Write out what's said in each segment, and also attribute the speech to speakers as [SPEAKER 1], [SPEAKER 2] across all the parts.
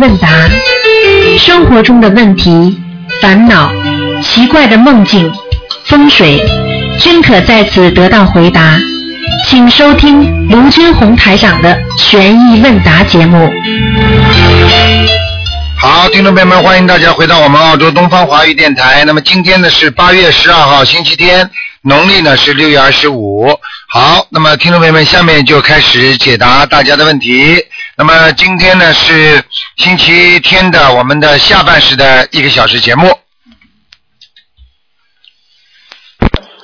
[SPEAKER 1] 问答，生活中的问题、烦恼、奇怪的梦境、风水，均可在此得到回答。请收听卢军红台长的《悬疑问答》节目。
[SPEAKER 2] 好，听众朋友们，欢迎大家回到我们澳洲东方华语电台。那么今天呢是八月十二号，星期天，农历呢是六月二十五。好，那么听众朋友们，下面就开始解答大家的问题。那么今天呢是星期天的我们的下半时的一个小时节目。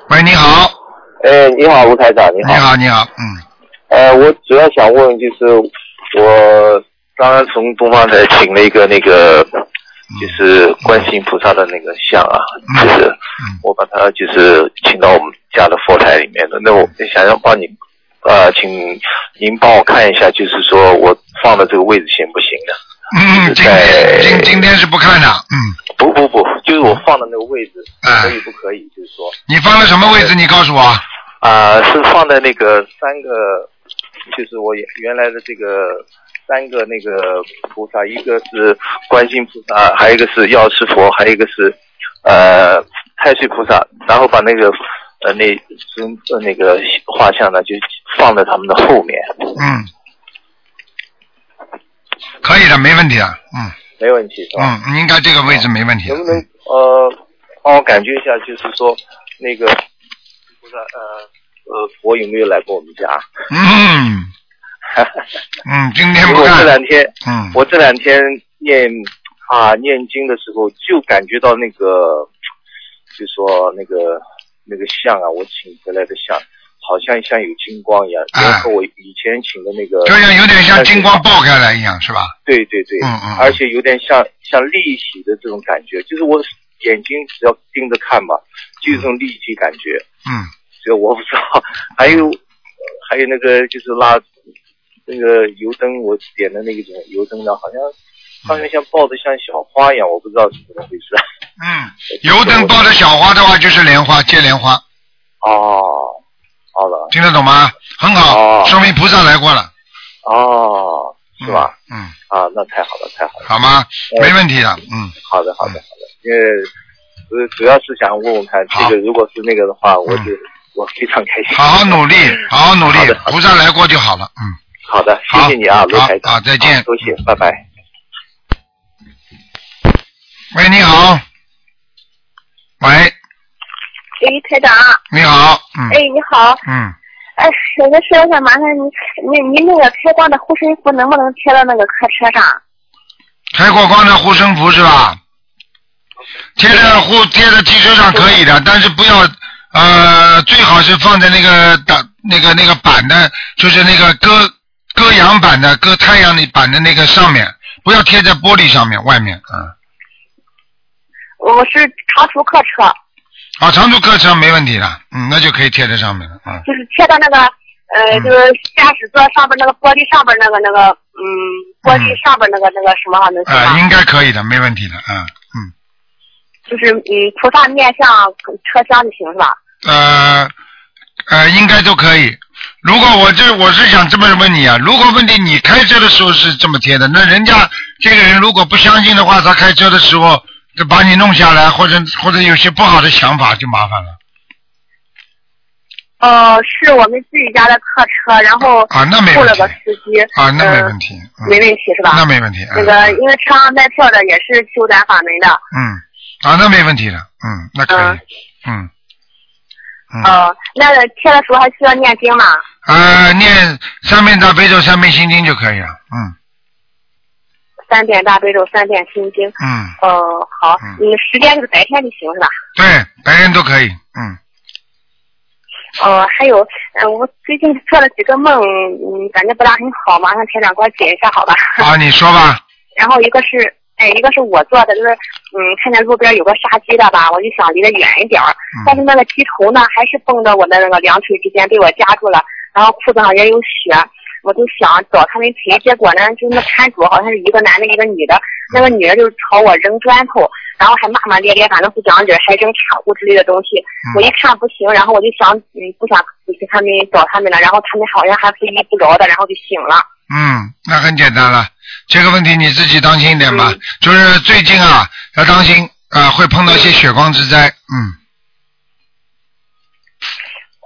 [SPEAKER 2] 喂，你好，
[SPEAKER 3] 哎，你好，吴台长，你
[SPEAKER 2] 你
[SPEAKER 3] 好。
[SPEAKER 2] 好，你好，嗯，
[SPEAKER 3] 呃，我主要想问就是，我刚刚从东方台请了一个那个，就是观世音菩萨的那个像啊，
[SPEAKER 2] 嗯
[SPEAKER 3] 就是我把它就是请到我们家的佛台里面的。那我想要帮你，呃，请您帮我看一下，就是说我放的这个位置行不行呢？
[SPEAKER 2] 嗯，今天今今天是不看的，嗯，
[SPEAKER 3] 不不不，就是我放的那个位置
[SPEAKER 2] 哎
[SPEAKER 3] 可以不可以？就是说
[SPEAKER 2] 你放在什么位置？你告诉我。
[SPEAKER 3] 啊、是放在那个三个，就是我原原来的这个三个那个菩萨，一个是观世音菩萨，还有一个是药师佛，还有一个是呃太岁菩萨，然后把那个呃那尊呃那个画像呢，就放在他们的后面，
[SPEAKER 2] 嗯，可以的，没问题的，嗯
[SPEAKER 3] 没问题是吧？
[SPEAKER 2] 嗯，应该这个位置没问题的。啊
[SPEAKER 3] 能不能呃帮我感觉一下，就是说那个菩萨呃呃佛有没有来过我们家？
[SPEAKER 2] 嗯 嗯，今天
[SPEAKER 3] 因为
[SPEAKER 2] 不
[SPEAKER 3] 我这
[SPEAKER 2] 看，
[SPEAKER 3] 两天。
[SPEAKER 2] 嗯
[SPEAKER 3] 我这两天念啊念经的时候，就感觉到那个，就说那个那个像啊，我请回来的像，好像像有金光一样，
[SPEAKER 2] 哎
[SPEAKER 3] 然后我以前请的那个，
[SPEAKER 2] 就像有点像金光爆开来一样，是吧？
[SPEAKER 3] 对对对，
[SPEAKER 2] 嗯嗯
[SPEAKER 3] 而且有点像像立体的这种感觉，就是我眼睛只要盯着看吧，就有这种立体感觉。
[SPEAKER 2] 嗯
[SPEAKER 3] 这个我不知道。还有 还有那个就是拉那个油灯，我点的那个油灯呢，好像好像像抱的像小花一样，我不知道是怎么回事。
[SPEAKER 2] 嗯，油灯爆的小花的话就是莲花，接莲花，
[SPEAKER 3] 哦，好了，
[SPEAKER 2] 听得懂吗？很好，
[SPEAKER 3] 哦
[SPEAKER 2] 说明菩萨来过了，
[SPEAKER 3] 哦，
[SPEAKER 2] 嗯
[SPEAKER 3] 是吧？？
[SPEAKER 2] 嗯，
[SPEAKER 3] 啊，那太好了，太好了，
[SPEAKER 2] 好吗？
[SPEAKER 3] 哎
[SPEAKER 2] 没问题的，嗯
[SPEAKER 3] 好的，好的，好的，因为呃主要是想问问看，
[SPEAKER 2] 好嗯
[SPEAKER 3] 这个如果是那个的话，我就我非常开心。
[SPEAKER 2] 好好努力，好好努力
[SPEAKER 3] 嗯好的，好的
[SPEAKER 2] 菩萨来过就好了，嗯。
[SPEAKER 3] 好的，谢谢你啊，
[SPEAKER 2] 好
[SPEAKER 3] 卢台
[SPEAKER 2] 好好
[SPEAKER 3] 长，
[SPEAKER 2] 再见
[SPEAKER 3] 好多谢，拜拜。
[SPEAKER 2] 喂，你好，喂，
[SPEAKER 4] 哎，台长，
[SPEAKER 2] 你好，嗯
[SPEAKER 4] 哎，你好，
[SPEAKER 2] 嗯。
[SPEAKER 4] 哎，有个事我想麻烦您，您您那个开光的护身符能不能贴到那个客车上？
[SPEAKER 2] 开过光的护身符是吧？贴在护贴在汽车上可以的，但是不要呃，最好是放在那个挡那个那个板的，就是那个遮遮阳板的遮太阳的板的那个上面，不要贴在玻璃上面外面啊。
[SPEAKER 4] 我是长途客车，
[SPEAKER 2] 啊，长途客车没问题的，嗯，那就可以贴在上面了啊。
[SPEAKER 4] 就是贴到那个呃，
[SPEAKER 2] 嗯
[SPEAKER 4] 就是驾驶座上边那个玻璃上边那个那个嗯，玻璃上边那个那个什么能行
[SPEAKER 2] 啊，
[SPEAKER 4] 吗？
[SPEAKER 2] 应该可以的，没问题的啊，嗯
[SPEAKER 4] 就是嗯，菩萨面向车厢就行是吧？
[SPEAKER 2] 呃呃，应该都可以。如果我这我是想这么问你啊，如果问题你开车的时候是这么贴的，那人家这个人如果不相信的话，他开车的时候就把你弄下来，或者或者有些不好的想法就麻烦了
[SPEAKER 4] 呃，是我们自己家的客车，然后
[SPEAKER 2] 啊，那没
[SPEAKER 4] 雇
[SPEAKER 2] 问
[SPEAKER 4] 了
[SPEAKER 2] 题
[SPEAKER 4] 个司机，
[SPEAKER 2] 啊，那没
[SPEAKER 4] 嗯
[SPEAKER 2] 问题，嗯
[SPEAKER 4] 没问题是吧？
[SPEAKER 2] 那没问题，
[SPEAKER 4] 那
[SPEAKER 2] 嗯
[SPEAKER 4] 个，因为车上卖票的也是修咱法门的，
[SPEAKER 2] 嗯啊，那没问题的，嗯，那可
[SPEAKER 4] 啊
[SPEAKER 2] 以，嗯嗯
[SPEAKER 4] 哦，那贴的时候还需要念经吗？
[SPEAKER 2] 呃，念三遍大悲咒，三遍心经就可以了，嗯
[SPEAKER 4] 三遍大悲咒，三遍心经。
[SPEAKER 2] 嗯，
[SPEAKER 4] 哦，好，
[SPEAKER 2] 嗯
[SPEAKER 4] 嗯，时间就是白天就行是吧？
[SPEAKER 2] 对，白天都可以，嗯。
[SPEAKER 4] 哦，还有，嗯、我最近做了几个梦，嗯，感觉不大很好，麻烦台长给我解一下好吧？
[SPEAKER 2] 啊，你说吧。
[SPEAKER 4] 然后一个是，哎，一个是我做的，就是嗯，看见路边有个杀鸡的吧，我就想离得远一点儿，但是
[SPEAKER 2] 嗯
[SPEAKER 4] 那个鸡头呢，还是蹦到我的那个两腿之间，被我夹住了，然后裤子上也有血，我就想找他们赔，结果呢，就那摊主好像是一个男的，一个女的，那个女的就朝我扔砖头，然后还骂骂咧咧，反正不讲理，还扔茶壶之类的东西。我一看不行，然后我就想，嗯，不想给他们找他们了，然后他们好像还不依不饶的，然后就醒了。
[SPEAKER 2] 嗯，那很简单了，这个问题你自己当心一点吧。就是最近啊，要当心啊、会碰到一些血光之灾。嗯，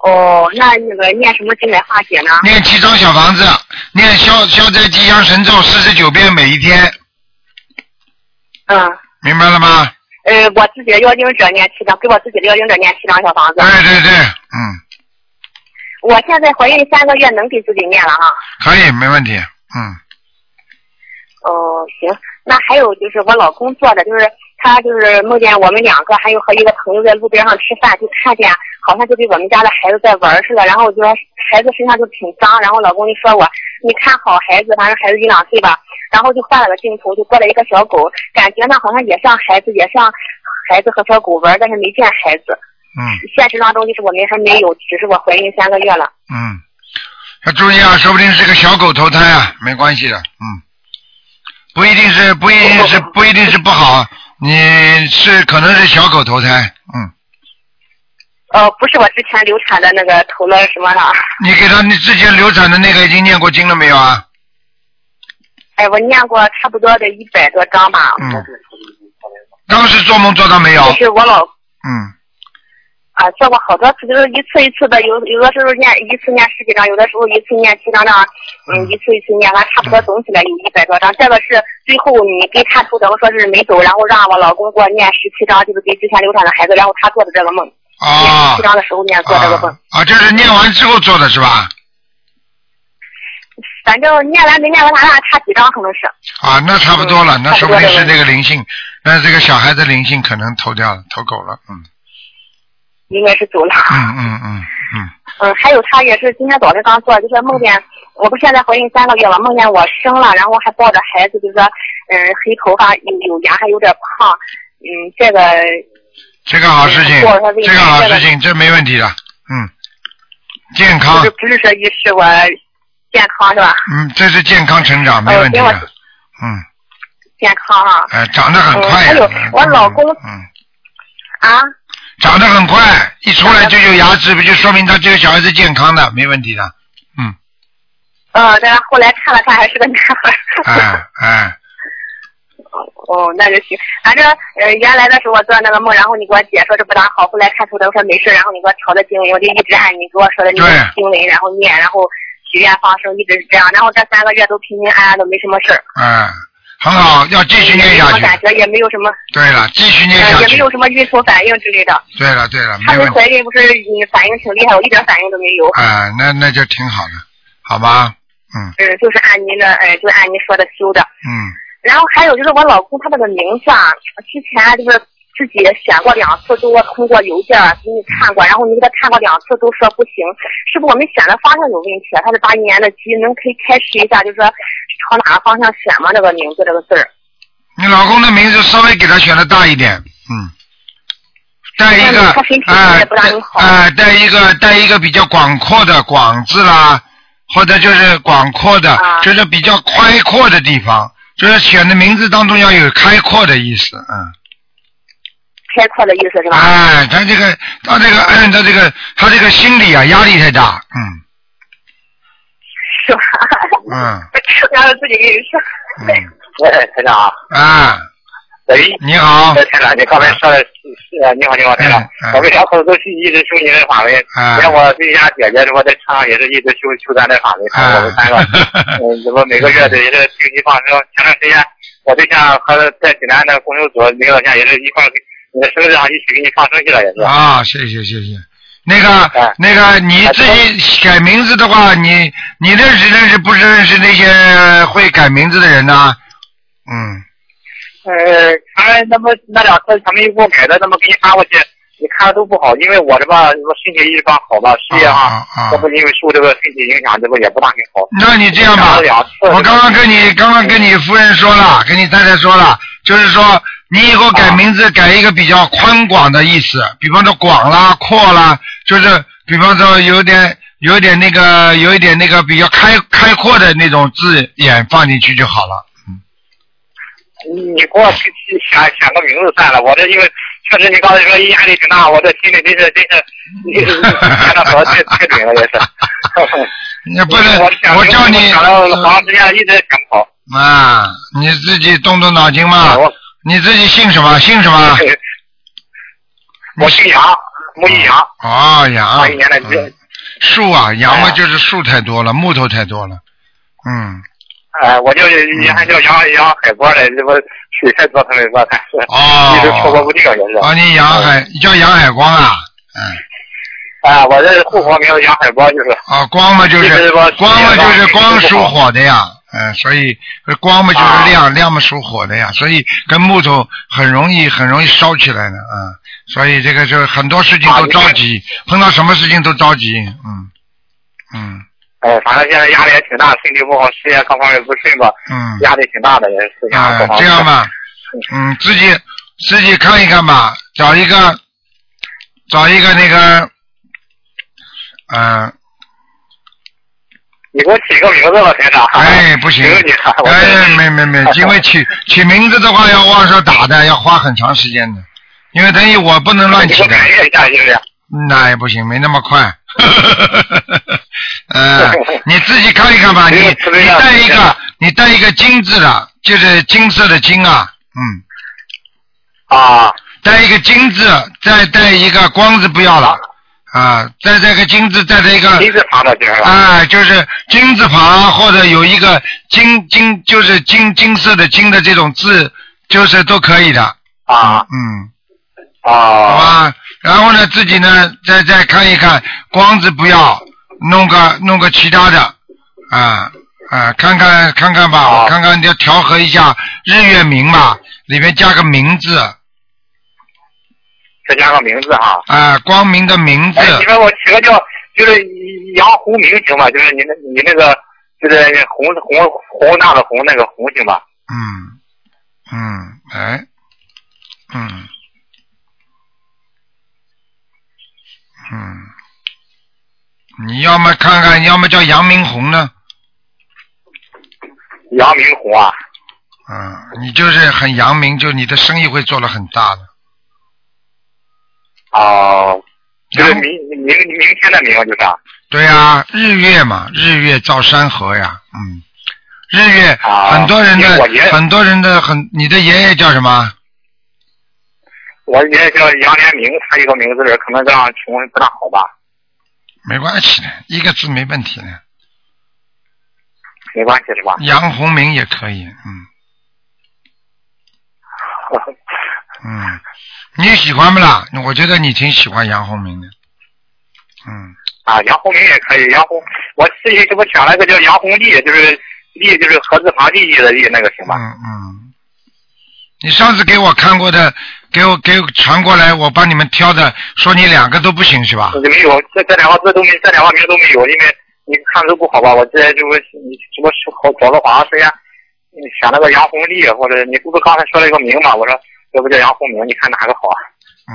[SPEAKER 4] 哦，那那个念什么经来化解呢？
[SPEAKER 2] 念七张小房子，念消消灾吉祥神咒四十九遍每一天，
[SPEAKER 4] 嗯，
[SPEAKER 2] 明白了吗？
[SPEAKER 4] 呃，我自己的妖精者念七张，给我自己的妖精者念七张小房子。
[SPEAKER 2] 对对对，嗯，
[SPEAKER 4] 我现在怀孕三个月，能给自己念了啊哈。
[SPEAKER 2] 可以，没问题。嗯，
[SPEAKER 4] 哦，行，那还有就是我老公做的，就是他就是梦见我们两个，还有和一个朋友在路边上吃饭，就看见好像就跟我们家的孩子在玩儿似的，然后我就说孩子身上就挺脏，然后老公就说我你看好孩子，反正孩子一两岁吧，然后就换了个镜头，就过来一个小狗，感觉呢好像也像孩子，也像孩子和小狗玩儿，但是没见孩子。
[SPEAKER 2] 嗯
[SPEAKER 4] 现实当中就是我们还没有，只是我怀孕三个月了。
[SPEAKER 2] 嗯，要注意啊，说不定是个小狗投胎啊，没关系的，嗯，不一定是不一定是不一定是不好，你是可能是小狗投胎，嗯，
[SPEAKER 4] 呃，不是我之前流产的那个投了什么了？
[SPEAKER 2] 你给他你之前流产的那个已经念过经了没有啊？
[SPEAKER 4] 哎，我念过差不多得一百多章吧。
[SPEAKER 2] 嗯，当时做梦做到没有？
[SPEAKER 4] 就是我老
[SPEAKER 2] 嗯，
[SPEAKER 4] 啊，做过好多次，就是一次一次的，有有的时候念一次念十几张，有的时候一次念七张这样，嗯，一次一次念完，差
[SPEAKER 2] 嗯
[SPEAKER 4] 不多总起来有一百多张。这个是最后你给看图腾说是没走，然后让我老公给我念十七张，就是给之前流产的孩子，然后他做的这个梦，念
[SPEAKER 2] 啊
[SPEAKER 4] 十七张的时候念做这个梦，
[SPEAKER 2] 啊啊，这是念完之后做的是吧？
[SPEAKER 4] 反正念完没念完，咱俩差几张可能是。
[SPEAKER 2] 啊，那差不多了，
[SPEAKER 4] 嗯
[SPEAKER 2] 那说不定
[SPEAKER 4] 差
[SPEAKER 2] 是
[SPEAKER 4] 不多了
[SPEAKER 2] 那个灵性，那这个小孩子灵性可能投掉了，投狗了，嗯
[SPEAKER 4] 应该是走了，
[SPEAKER 2] 嗯嗯嗯嗯，
[SPEAKER 4] 嗯，还有他也是今天早晨刚做，就是梦见我不现在怀孕三个月了，梦见我生了，然后还抱着孩子，就是说，嗯，黑头发有有牙，还有点胖，嗯，这个
[SPEAKER 2] 这个好事情
[SPEAKER 4] 嗯过了他这，一
[SPEAKER 2] 这个好
[SPEAKER 4] 天
[SPEAKER 2] 事
[SPEAKER 4] 了
[SPEAKER 2] 情，这没问题的，嗯，健
[SPEAKER 4] 就
[SPEAKER 2] 康
[SPEAKER 4] 是，不是说预示我健康是吧？
[SPEAKER 2] 嗯，这是健康成
[SPEAKER 4] 呃
[SPEAKER 2] 长，没问题
[SPEAKER 4] 给我
[SPEAKER 2] 的，嗯，
[SPEAKER 4] 健康啊
[SPEAKER 2] 哎，长得很快呀
[SPEAKER 4] 嗯还有，我
[SPEAKER 2] 嗯
[SPEAKER 4] 老公
[SPEAKER 2] 嗯，
[SPEAKER 4] 啊，
[SPEAKER 2] 长得很快，一出来就有牙齿，不就说明他这个小孩子健康的，没问题的，嗯，
[SPEAKER 4] 呃，但是后来看了看还是个男孩儿。
[SPEAKER 2] 哎哎，
[SPEAKER 4] 哦，那就行。反正呃，原来的时候我做那个梦，然后你给我姐说这不大好，后来看图腾说没事，然后你给我调的经文，我就一直按你给我说的那个经文，然后念，然后许愿放生，一直是这样。然后这三个月都平平安安的，没什么事儿，
[SPEAKER 2] 哎，很好，要继续念
[SPEAKER 4] 没什
[SPEAKER 2] 下
[SPEAKER 4] 么
[SPEAKER 2] 去。
[SPEAKER 4] 感觉，也没有什么，
[SPEAKER 2] 对了，继续念
[SPEAKER 4] 呃
[SPEAKER 2] 下
[SPEAKER 4] 也没
[SPEAKER 2] 去
[SPEAKER 4] 有。什么孕吐反应之类的。
[SPEAKER 2] 对了对了，
[SPEAKER 4] 他
[SPEAKER 2] 没问题。
[SPEAKER 4] 们怀孕不是嗯反应挺厉害，我一点反应都没有。
[SPEAKER 2] 啊、那那就挺好的，好吧？嗯
[SPEAKER 4] 嗯，就是按您的，呃，就按您说的修的。
[SPEAKER 2] 嗯，
[SPEAKER 4] 然后还有就是我老公他那个名字啊，之前就是自己选过两次，都我通过邮件给你看过，然后你给他看过两次都说不行，是不是我们选的方向有问题啊？他是八一年的鸡，能可以开始一下，就是说朝哪个方向选吗？这个名字这个字儿，
[SPEAKER 2] 你老公的名字稍微给他选的大一点，嗯，带一个
[SPEAKER 4] 他身体
[SPEAKER 2] 哎
[SPEAKER 4] 也不大好
[SPEAKER 2] 哎带一个带一个比较广阔的广字啦，或者就是广阔的，
[SPEAKER 4] 啊
[SPEAKER 2] 就是比较开阔的地方，就是选的名字当中要有开阔的意思，嗯。
[SPEAKER 4] 开阔的意思是吧？
[SPEAKER 2] 哎，他这个，他这个，嗯，他这个，他这个心理啊，压力太大，嗯
[SPEAKER 4] 是吧？
[SPEAKER 2] 嗯
[SPEAKER 4] 然后自己跟你说，
[SPEAKER 2] 嗯，
[SPEAKER 5] 喂，台长啊，
[SPEAKER 2] 啊，
[SPEAKER 5] 喂，
[SPEAKER 2] 你好，
[SPEAKER 5] 台长，你刚才说的是是啊，你好，你好，台长
[SPEAKER 2] 啊嗯嗯，
[SPEAKER 5] 我为啥后头一直修你的法门？
[SPEAKER 2] 啊
[SPEAKER 5] 像我对家姐姐，我在车上也是一直修修咱的法门，
[SPEAKER 2] 啊
[SPEAKER 5] 我们 三个，嗯，怎么每个月的也是定期放生。前段时间我对象和在济南的公修组领导下也是一块儿给你的生日上一起给你放生去了，也是。
[SPEAKER 2] 啊，谢谢谢谢。那个
[SPEAKER 5] 哎
[SPEAKER 2] 那个，你自己改名字的话，你你认识认识不认识那些呃会改名字的人呢、嗯，
[SPEAKER 5] 呃，他那么那两次他们又给我改的，那么给你发过去，你看着都不好，因为我这吧，我身体一直不好吧，事业
[SPEAKER 2] 啊
[SPEAKER 5] 啊
[SPEAKER 2] 啊啊，
[SPEAKER 5] 这不因为受这个身体影响，这不也不大很好。
[SPEAKER 2] 那你这样吧
[SPEAKER 5] 我两次，
[SPEAKER 2] 我刚刚跟你刚刚跟你夫人说了，跟你太太说了，就是说你以后改名字改一个比较宽广的意思，比方说广啦、阔啦，就是比方说有点有点那个有一点那个比较开开阔的那种字眼放进去就好了。
[SPEAKER 5] 你给我去去想想个名字算了，我这因为确实你刚才说压力挺大，我这心里真是真是，你你你讲的好太太准了也是。
[SPEAKER 2] 你不能，我叫你
[SPEAKER 5] 想了好长时间一直想不好。
[SPEAKER 2] 啊，你自己动动脑筋嘛。
[SPEAKER 5] 哎我
[SPEAKER 2] 你自己姓什么？姓什么？
[SPEAKER 5] 我姓杨，木一杨，
[SPEAKER 2] 哦，杨。
[SPEAKER 5] 八一年的鸡。
[SPEAKER 2] 嗯树啊，杨嘛
[SPEAKER 5] 哎呀
[SPEAKER 2] 就是树太多了，木头太多了。嗯，
[SPEAKER 5] 哎，我就也还叫杨杨海波嘞，这不水太多才没做菜，一直出国
[SPEAKER 2] 哦
[SPEAKER 5] 不，定嗯也是。
[SPEAKER 2] 哦，你杨海，你叫杨海光啊？嗯，
[SPEAKER 5] 哎，我这户口名字杨海波就是。
[SPEAKER 2] 哦，光嘛就
[SPEAKER 5] 一
[SPEAKER 2] 是
[SPEAKER 5] 直说
[SPEAKER 2] 光嘛就是光
[SPEAKER 5] 水
[SPEAKER 2] 属
[SPEAKER 5] 不好
[SPEAKER 2] 火的呀，嗯，所以光嘛就是亮，亮嘛属火的呀，所以跟木头很容易很容易烧起来的，嗯，所以这个就是很多事情
[SPEAKER 5] 啊
[SPEAKER 2] 都
[SPEAKER 5] 你
[SPEAKER 2] 着
[SPEAKER 5] 看
[SPEAKER 2] 急，碰到什么事情都着急，嗯，嗯
[SPEAKER 5] 哎，反正现在压力也挺大，身体不好，事业各方面不顺吧，
[SPEAKER 2] 嗯。
[SPEAKER 5] 压力挺大的，也是思想
[SPEAKER 2] 啊
[SPEAKER 5] 各，方面。
[SPEAKER 2] 这样吧，嗯，自己自己看一看吧，找一个找一个那个，嗯、
[SPEAKER 5] 你给我起个名字吧，台长。
[SPEAKER 2] 哎，不 行
[SPEAKER 5] 求，你了，我
[SPEAKER 2] 哎，没没 没，因为起起名字的话要往上打的，要花很长时间的，因为等于我不能乱
[SPEAKER 5] 你
[SPEAKER 2] 起
[SPEAKER 5] 给我
[SPEAKER 2] 的，嗯
[SPEAKER 5] 感谢一下，行不行？
[SPEAKER 2] 那也不行，没那么快。 嗯，你自己看一看吧，你
[SPEAKER 5] 没有吃
[SPEAKER 2] 你
[SPEAKER 5] 力啊
[SPEAKER 2] 带一
[SPEAKER 5] 没有
[SPEAKER 2] 个，你带一个金字的，就是金色的金啊，嗯。
[SPEAKER 5] 啊，
[SPEAKER 2] 带一个金字，再带一个光字不要了啊，再带个金字，再带一
[SPEAKER 5] 金
[SPEAKER 2] 个
[SPEAKER 5] 字旁的就是吧？
[SPEAKER 2] 啊，就是金字旁或者有一个金金，就是金金色的金的这种字，就是都可以的，
[SPEAKER 5] 啊
[SPEAKER 2] 嗯，好
[SPEAKER 5] 啊
[SPEAKER 2] 吧。然后呢，自己呢再再看一看，光字不要，弄个弄个其他的啊啊，看看看看吧，
[SPEAKER 5] 好
[SPEAKER 2] 我看看你要调和一下日月明嘛，里面加个明字
[SPEAKER 5] 再加个名字哈。
[SPEAKER 2] 啊，光明的明字。
[SPEAKER 5] 哎，你说我起个叫就是杨红明行吗？就是你那你那个就是红红红大的红那个红行吗？
[SPEAKER 2] 嗯，嗯，哎，嗯，嗯，你要么看看，要么叫杨明红呢，
[SPEAKER 5] 杨明红啊。
[SPEAKER 2] 啊，你就是很扬名，就你的生意会做得很大的。
[SPEAKER 5] 哦，就是
[SPEAKER 2] 杨
[SPEAKER 5] 明明明天的明就是啊
[SPEAKER 2] 对呀、日月嘛，日月照山河呀，嗯，日月，
[SPEAKER 5] 啊
[SPEAKER 2] 很多人的
[SPEAKER 5] 我爷，
[SPEAKER 2] 很多人的很，你的爷爷叫什么？
[SPEAKER 5] 我也叫杨连明，他一个名字儿可能这样穷不大好吧？
[SPEAKER 2] 没关系的，一个字没问题的，
[SPEAKER 5] 没关系是吧？
[SPEAKER 2] 杨红明也可以，嗯。嗯，你喜欢不啦？我觉得你挺喜欢杨红明的。嗯，
[SPEAKER 5] 啊，杨红明也可以，杨红，我自己这不想了一个叫杨红利，就是利就是合字旁利益的利，那个行
[SPEAKER 2] 嗯
[SPEAKER 5] 吧？
[SPEAKER 2] 嗯。你上次给我看过的，给我给我传过来，我帮你们挑的，说你两个都不行是吧？
[SPEAKER 5] 这没有，这这两个字都没，这两个名都没有，因为你看都不好吧？我这就是你什么时候找了好长时间，你选了个杨红利，或者你不是刚才说了一个明嘛？我说要不叫杨红明，你看哪个好啊？
[SPEAKER 2] 嗯，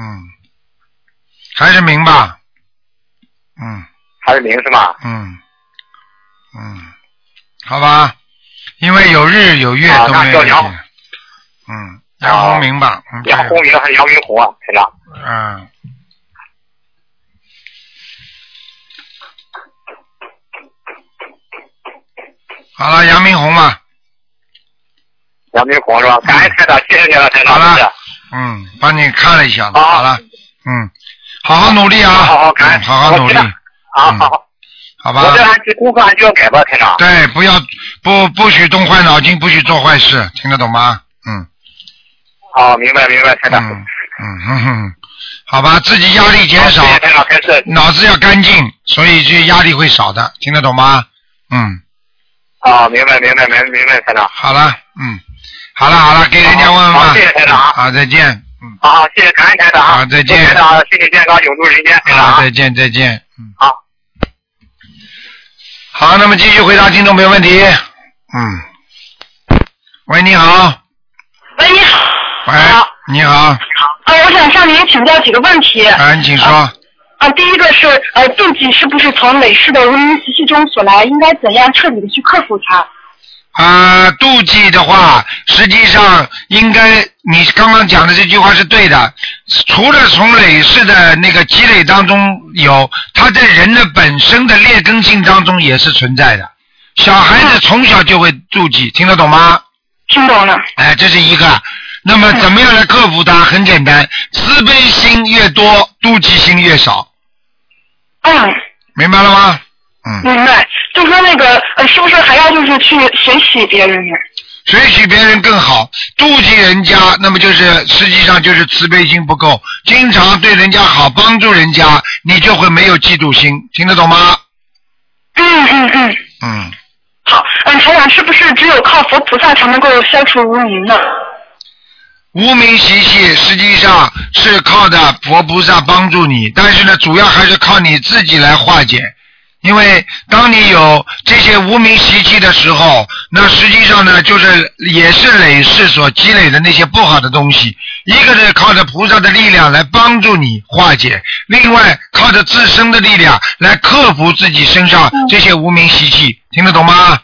[SPEAKER 2] 还是明吧。嗯
[SPEAKER 5] 还是明是吧？
[SPEAKER 2] 嗯嗯，好吧，因为有日有月
[SPEAKER 5] 啊
[SPEAKER 2] 都
[SPEAKER 5] 那
[SPEAKER 2] 没
[SPEAKER 5] 叫
[SPEAKER 2] 问题
[SPEAKER 5] 杨。哦
[SPEAKER 2] 嗯，杨红明吧，嗯，
[SPEAKER 5] 杨
[SPEAKER 2] 对
[SPEAKER 5] 红明还是杨明红啊？台长，
[SPEAKER 2] 嗯，好了，杨明红嘛，
[SPEAKER 5] 杨明红是吧？感恩台长，谢谢你了，台长。
[SPEAKER 2] 好了
[SPEAKER 5] 谢谢
[SPEAKER 2] 嗯，帮你看了一下了，
[SPEAKER 5] 好
[SPEAKER 2] 好了，嗯，好好努力啊，
[SPEAKER 5] 好好感恩
[SPEAKER 2] 嗯好好努力，
[SPEAKER 5] 我知道啊，好好，
[SPEAKER 2] 嗯好
[SPEAKER 5] 我
[SPEAKER 2] 吧
[SPEAKER 5] 这？还这功课还需要改吧，台长。
[SPEAKER 2] 对，不要不不许动坏脑筋，不许做坏事，听得懂吗？嗯
[SPEAKER 5] 好，明白明白，台长。
[SPEAKER 2] 嗯嗯哼哼，好吧，自己压力减少
[SPEAKER 5] 好，谢谢台长，开始。
[SPEAKER 2] 脑子要干净，所以就压力会少的，听得懂吗？嗯。
[SPEAKER 5] 啊，明白明白明明白，台长。
[SPEAKER 2] 好了，嗯，好了好了，给人家问问
[SPEAKER 5] 好
[SPEAKER 2] 吧。
[SPEAKER 5] 好谢谢台长啊
[SPEAKER 2] 好，再见。嗯，
[SPEAKER 5] 好，谢谢感恩台长啊。
[SPEAKER 2] 好再见
[SPEAKER 5] 祝台长身体健康，永驻人间，台长啊。
[SPEAKER 2] 好，再见，再见。嗯，
[SPEAKER 5] 好。
[SPEAKER 2] 好，那么继续回答听众朋友问题。嗯。喂，你好。
[SPEAKER 6] 喂，你好，
[SPEAKER 2] 喂
[SPEAKER 6] 好，
[SPEAKER 2] 你好，
[SPEAKER 6] 呃，我想向您请教几个问题。啊、
[SPEAKER 2] 啊，你请说。
[SPEAKER 6] 第一个是，呃，自己是不是从累世的无名习气中所来，应该怎样彻底的去克服它？
[SPEAKER 2] 啊，妒忌的话，实际上应该你刚刚讲的这句话是对的，除了从累世的那个积累当中有，它在人的本身的劣根性当中也是存在的。小孩
[SPEAKER 6] 啊
[SPEAKER 2] 子从小就会妒忌，听得懂吗？
[SPEAKER 6] 听懂了。
[SPEAKER 2] 哎，这是一个。那么怎么样来克服它？很简单，慈悲心越多，妒忌心越少，
[SPEAKER 6] 嗯，
[SPEAKER 2] 明白了吗？嗯。
[SPEAKER 6] 明白。就说那个呃，是不是还要就是去学习别人呢？
[SPEAKER 2] 谁许别人更好，妒忌人家，那么就是实际上就是慈悲心不够，经常对人家好，帮助人家，你就会没有嫉妒心，听得懂吗？
[SPEAKER 6] 嗯嗯嗯。
[SPEAKER 2] 嗯，
[SPEAKER 6] 好，嗯，台长是不是只有靠佛菩萨才能够消除无明呢？
[SPEAKER 2] 无名习气实际上是靠的佛菩萨帮助你，但是呢，主要还是靠你自己来化解。因为当你有这些无名习气的时候，那实际上呢，就是也是累世所积累的那些不好的东西。一个是靠着菩萨的力量来帮助你化解，另外靠着自身的力量来克服自己身上这些无名习气，听得懂吗？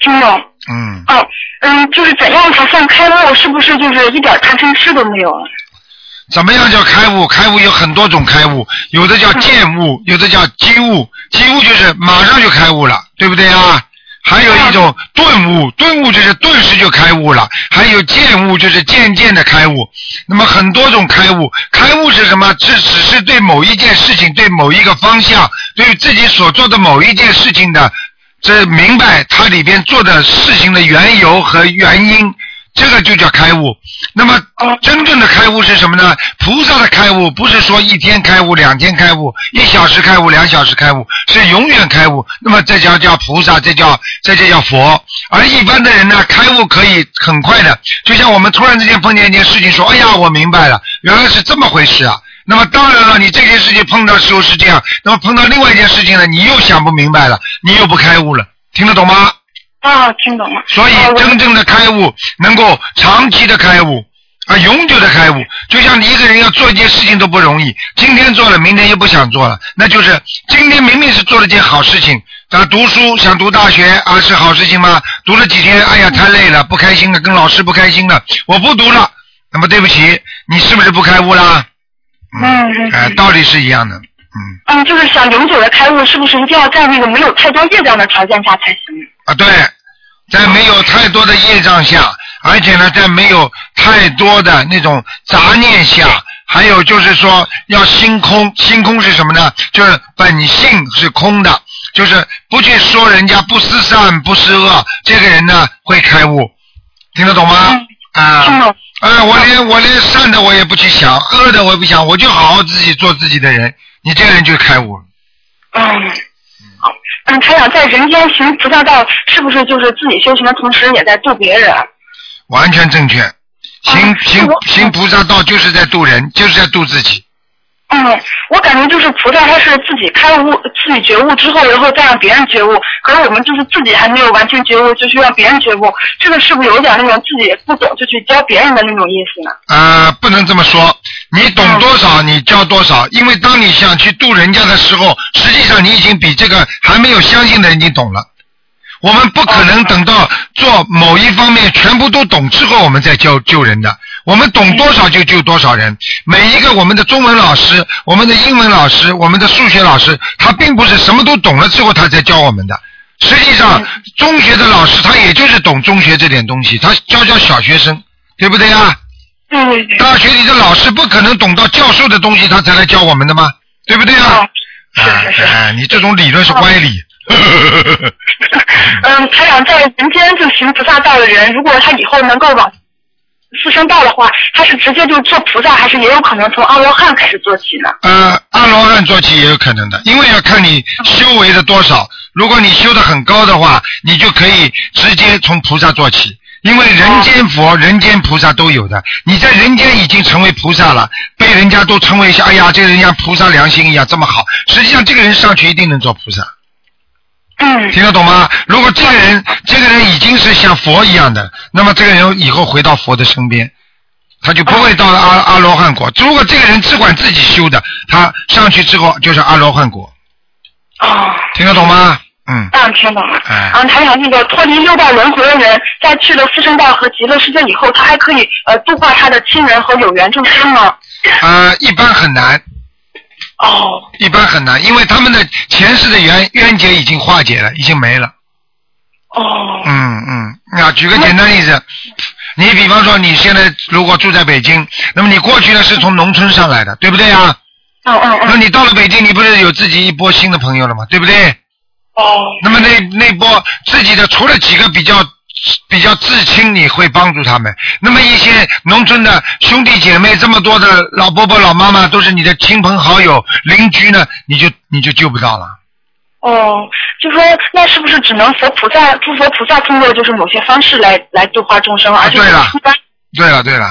[SPEAKER 6] 听懂。
[SPEAKER 2] 嗯，
[SPEAKER 6] 哦，嗯，就是怎样才算开悟？是不是就是一点贪嗔痴都没有了？
[SPEAKER 2] 怎么样叫开悟？开悟有很多种开悟，有的叫见悟，有的叫机悟。机悟就是马上就开悟了，对不对啊？还有一种顿悟，顿悟就是顿时就开悟了。还有渐悟，就是渐渐的开悟。那么很多种开悟，开悟是什么？这只是对某一件事情、对某一个方向、对于自己所做的某一件事情的，这明白它里边做的事情的缘由和原因，这个就叫开悟。那么真正的开悟是什么呢？菩萨的开悟不是说一天开悟、两天开悟、一小时开悟、两小时开悟，是永远开悟。那么这叫叫菩萨，这叫这就叫佛。而一般的人呢，开悟可以很快的，就像我们突然之间碰见一件事情，说：“哎呀，我明白了，原来是这么回事啊。”那么当然了，你这件事情碰到时候是这样，那么碰到另外一件事情呢，你又想不明白了，你又不开悟了，听得懂吗？
[SPEAKER 6] 啊，听懂了。
[SPEAKER 2] 所以
[SPEAKER 6] 哦我
[SPEAKER 2] 真正的开悟能够长期的开悟啊，永久的开悟。就像你一个人要做一件事情都不容易，今天做了，明天又不想做了，那就是今天明明是做了件好事情。啊，读书想读大学啊是好事情吗？读了几天，哎呀太累了，不开心了，跟老师不开心了，我不读了。那么对不起，你是不是不开悟啦？
[SPEAKER 6] 嗯嗯
[SPEAKER 2] 哎、道理是一样的。
[SPEAKER 6] 嗯，就是想永久的开悟，是不是一定要在那个没有太多业障的条件下才行？
[SPEAKER 2] 啊，对，在没有太多的业障下，而且呢，在没有太多的那种杂念下，还有就是说要心空。心空是什么呢？就是本性是空的，就是不去说人家不思善不思恶，这个人呢会开悟，听得懂吗？
[SPEAKER 6] 听
[SPEAKER 2] 啊
[SPEAKER 6] 懂。
[SPEAKER 2] 啊，我连我连善的我也不去想，恶的我也不想，我就好好自己做自己的人，你这个人就开悟了。
[SPEAKER 6] 嗯，好，嗯，台长在人间行菩萨道，是不是就是自己修行的同时也在度别人？
[SPEAKER 2] 完全正确。行行
[SPEAKER 6] 我
[SPEAKER 2] 行，菩萨道就是在渡人，就是在渡自己。
[SPEAKER 6] 嗯，我感觉就是菩萨他是自己开悟、自己觉悟之后，然后再让别人觉悟。可是我们就是自己还没有完全觉悟，就去让别人觉悟，这个是不是有点那种自己不懂就去教别人的那种意思呢？
[SPEAKER 2] 呃，不能这么说，你懂多少你教多少，因为当你想去渡人家的时候，实际上你已经比这个还没有相信的人已经懂了。我们不可能等到做某一方面全部都懂之后，我们再教救人的。我们懂多少就救多少人。每一个我们的中文老师、我们的英文老师、我们的数学老师，他并不是什么都懂了之后他才教我们的。实际上，中学的老师他也就是懂中学这点东西，他教教小学生，对不对啊呀、
[SPEAKER 6] 对对对。
[SPEAKER 2] 大学里的老师不可能懂到教授的东西，他才来教我们的吗？对不对
[SPEAKER 6] 哦
[SPEAKER 2] 啊？啊，哎你这种理论是歪理。
[SPEAKER 6] 嗯，台长在人间就行菩萨道的人，如果他以后能够往四圣道的话，他是直接就做菩萨，还是也有可能从阿罗汉开始做起呢？
[SPEAKER 2] 呃，阿罗汉做起也有可能的，因为要看你修为的多少。如果你修的很高的话，你就可以直接从菩萨做起，因为人间佛、人间菩萨都有的。你在人间已经成为菩萨了，被人家都称为像哎呀，这个人家菩萨良心一样这么好。实际上，这个人上去一定能做菩萨。
[SPEAKER 6] 嗯，
[SPEAKER 2] 听得懂吗？如果这个人，这个人已经是像佛一样的，那么这个人以后回到佛的身边，他就不会到了阿阿罗汉果。如果这个人只管自己修的，他上去之后就是阿罗汉果，
[SPEAKER 6] 哦，
[SPEAKER 2] 听得懂吗？嗯，
[SPEAKER 6] 当然听懂了。
[SPEAKER 2] 哎
[SPEAKER 6] 啊，还有那个脱离六道轮回的人，在去了四圣道和极乐世界以后，他还可以呃度化他的亲人和有缘众生吗？
[SPEAKER 2] 啊、一般很难，
[SPEAKER 6] 哦，
[SPEAKER 2] 一般很难，因为他们的前世的冤冤结已经化解了，已经没了。
[SPEAKER 6] 哦，
[SPEAKER 2] 嗯嗯，啊，举个简单例子，你比方说你现在如果住在北京，那么你过去呢是从农村上来的，对不对啊？
[SPEAKER 6] 嗯嗯
[SPEAKER 2] 那
[SPEAKER 6] 嗯，
[SPEAKER 2] 你到了北京，你不是有自己一波新的朋友了吗？对不对？
[SPEAKER 6] 哦，
[SPEAKER 2] 那么那那波自己的，除了几个比较比较至亲，你会帮助他们。那么一些农村的兄弟姐妹，这么多的老伯伯、老妈妈，都是你的亲朋好友、邻居呢，你就你就救不到了。
[SPEAKER 6] 哦，就说那是不是只能佛菩萨、诸佛菩萨通过就是某些方式来来度化众生，而且
[SPEAKER 2] 啊对了
[SPEAKER 6] 一般
[SPEAKER 2] 对了对了，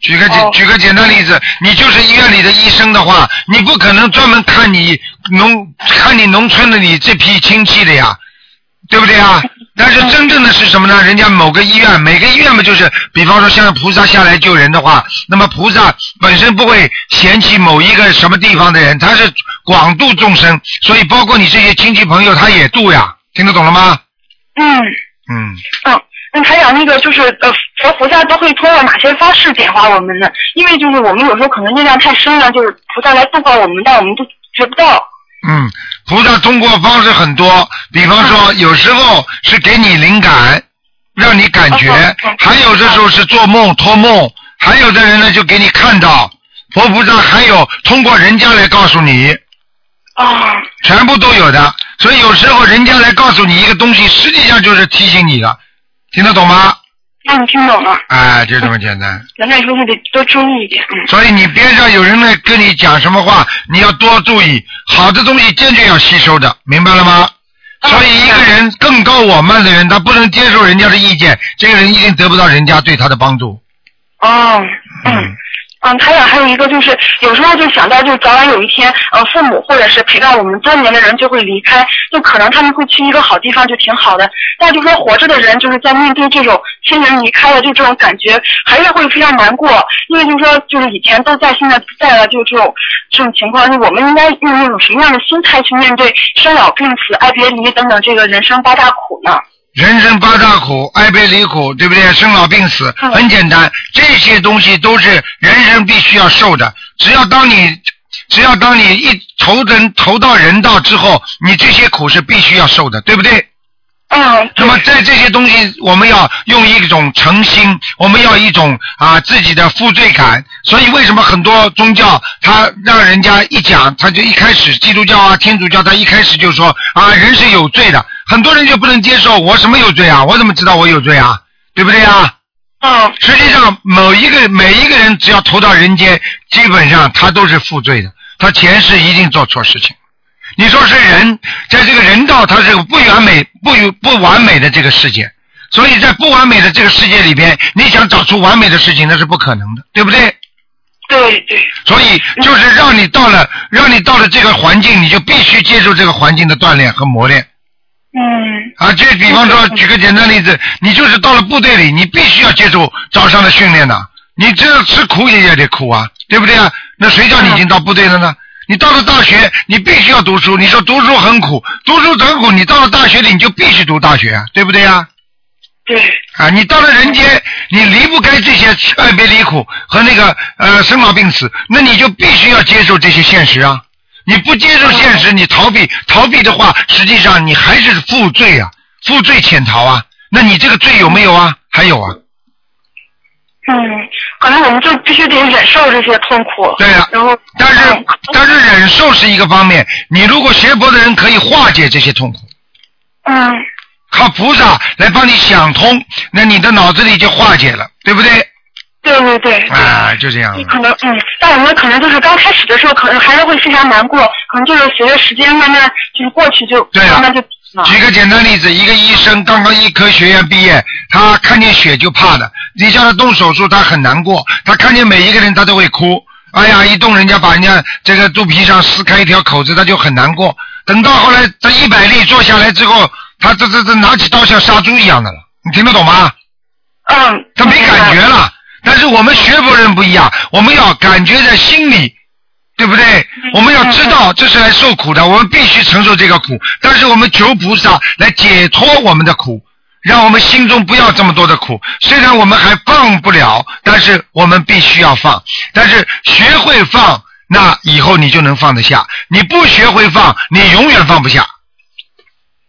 [SPEAKER 2] 举个简、
[SPEAKER 6] 哦
[SPEAKER 2] 举个简单例子，你就是医院里的医生的话，你不可能专门看你农看你农村的你这批亲戚的呀，对不对啊？但是真正的是什么呢？人家某个医院，每个医院嘛，就是比方说像菩萨下来救人的话，那么菩萨本身不会嫌弃某一个什么地方的人，他是广度众生，所以包括你这些亲戚朋友，他也度呀，听得懂了吗？
[SPEAKER 6] 嗯
[SPEAKER 2] 嗯，
[SPEAKER 6] 嗯。那还有那个就是呃，佛菩萨都会通过哪些方式点化我们呢？因为就是我们有时候可能业量太深了，就是菩萨来度化我们，但我们都觉不到。
[SPEAKER 2] 嗯，菩萨通过方式很多，比方
[SPEAKER 6] 嗯
[SPEAKER 2] 说有时候是给你灵感，让你感觉
[SPEAKER 6] 哦哦哦；
[SPEAKER 2] 还有的时候是做梦、托梦；还有的人呢就给你看到。佛菩萨还有通过人家来告诉你，
[SPEAKER 6] 啊、
[SPEAKER 2] 全部都有的。所以有时候人家来告诉你一个东西，实际上就是提醒你了，听得懂吗？
[SPEAKER 6] 那你听懂了，
[SPEAKER 2] 哎，就这么简单。
[SPEAKER 6] 咱这说得多注意一点。嗯，
[SPEAKER 2] 所以你边上有人来跟你讲什么话，你要多注意，好的东西坚决要吸收的，明白了吗？
[SPEAKER 6] 嗯
[SPEAKER 2] 所以一个人更高我慢的人，他不能接受人家的意见，这个人一定得不到人家对他的帮助。
[SPEAKER 6] 哦，嗯。嗯，还有还有一个就是，有时候就想到，就早晚有一天，呃，父母或者是陪伴我们多年的人就会离开，就可能他们会去一个好地方，就挺好的。但就说活着的人，就是在面对这种亲人离开了，就这种感觉，还是会非常难过。因为就说，就是以前都在，现在不在了，就这种这种情况，就我们应该用那种什么样的心态去面对生老病死、爱别离等等这个人生八大苦呢？
[SPEAKER 2] 人生八大苦，爱别离苦，对不对？生老病死，
[SPEAKER 6] 嗯
[SPEAKER 2] 很简单，这些东西都是人生必须要受的。只要当你，只要当你一投人投到人道之后，你这些苦是必须要受的，对不对？
[SPEAKER 6] 嗯，
[SPEAKER 2] 那么在这些东西，我们要用一种诚心，我们要一种啊自己的负罪感。所以为什么很多宗教，他让人家一讲，他就一开始基督教啊、天主教，他一开始就说啊人是有罪的，很多人就不能接受我什么有罪啊，我怎么知道我有罪啊？对不对啊？
[SPEAKER 6] 嗯，
[SPEAKER 2] 实际上，某一个每一个人只要投到人间，基本上他都是负罪的，他前世一定做错事情。你说是人，在这个人道，它是个不完美、不有不完美的这个世界，所以在不完美的这个世界里边，你想找出完美的事情，那是不可能的，对不对？
[SPEAKER 6] 对对，
[SPEAKER 2] 所以就是让你到了，让你到了这个环境，你就必须接受这个环境的锻炼和磨练。
[SPEAKER 6] 嗯。
[SPEAKER 2] 啊，就比方说，举个简单例子，你就是到了部队里，你必须要接受早上的训练的，你这吃苦也也得苦啊，对不对啊？那谁叫你已经到部队了呢？你到了大学，你必须要读书。你说读书很苦，读书很苦，你到了大学里你就必须读大学啊，对不对啊？
[SPEAKER 6] 对，
[SPEAKER 2] 啊，你到了人间，你离不开这些爱别离苦和那个呃生老病死，那你就必须要接受这些现实啊！你不接受现实，你逃避逃避的话，实际上你还是负罪啊，负罪潜逃啊！那你这个罪有没有啊？还有啊？
[SPEAKER 6] 嗯，可能我们就必须得忍受这些痛苦。
[SPEAKER 2] 对呀
[SPEAKER 6] 然后，
[SPEAKER 2] 但是
[SPEAKER 6] 嗯
[SPEAKER 2] 但是忍受是一个方面，你如果学佛的人可以化解这些痛苦，
[SPEAKER 6] 嗯，
[SPEAKER 2] 靠菩萨来帮你想通，那你的脑子里就化解了，对不对？
[SPEAKER 6] 对对对。
[SPEAKER 2] 啊，就这样
[SPEAKER 6] 你
[SPEAKER 2] 了。
[SPEAKER 6] 可能嗯，但我们可能就是刚开始的时候，可能还是会非常难过，可能就是随着时间慢慢就是过去就
[SPEAKER 2] 对呀
[SPEAKER 6] 慢慢就啊
[SPEAKER 2] 举个简单例子，一个医生刚刚医科学院毕业，他看见血就怕的，你叫他动手术，他很难过，他看见每一个人他都会哭。哎呀，一动人家把人家这个肚皮上撕开一条口子，他就很难过。等到后来他一百例做下来之后，他这这这拿起刀像杀猪一样的了，你听得懂吗？
[SPEAKER 6] 嗯，
[SPEAKER 2] 他没感觉
[SPEAKER 6] 嗯
[SPEAKER 2] 了。但是我们学佛人不一样，我们要感觉在心里，对不对？
[SPEAKER 6] 嗯
[SPEAKER 2] 我们要知道这是来受苦的，我们必须承受这个苦。但是我们求菩萨来解脱我们的苦，让我们心中不要这么多的苦。虽然我们还放不了，但是我们必须要放。但是学会放，那以后你就能放得下。你不学会放，你永远放不下，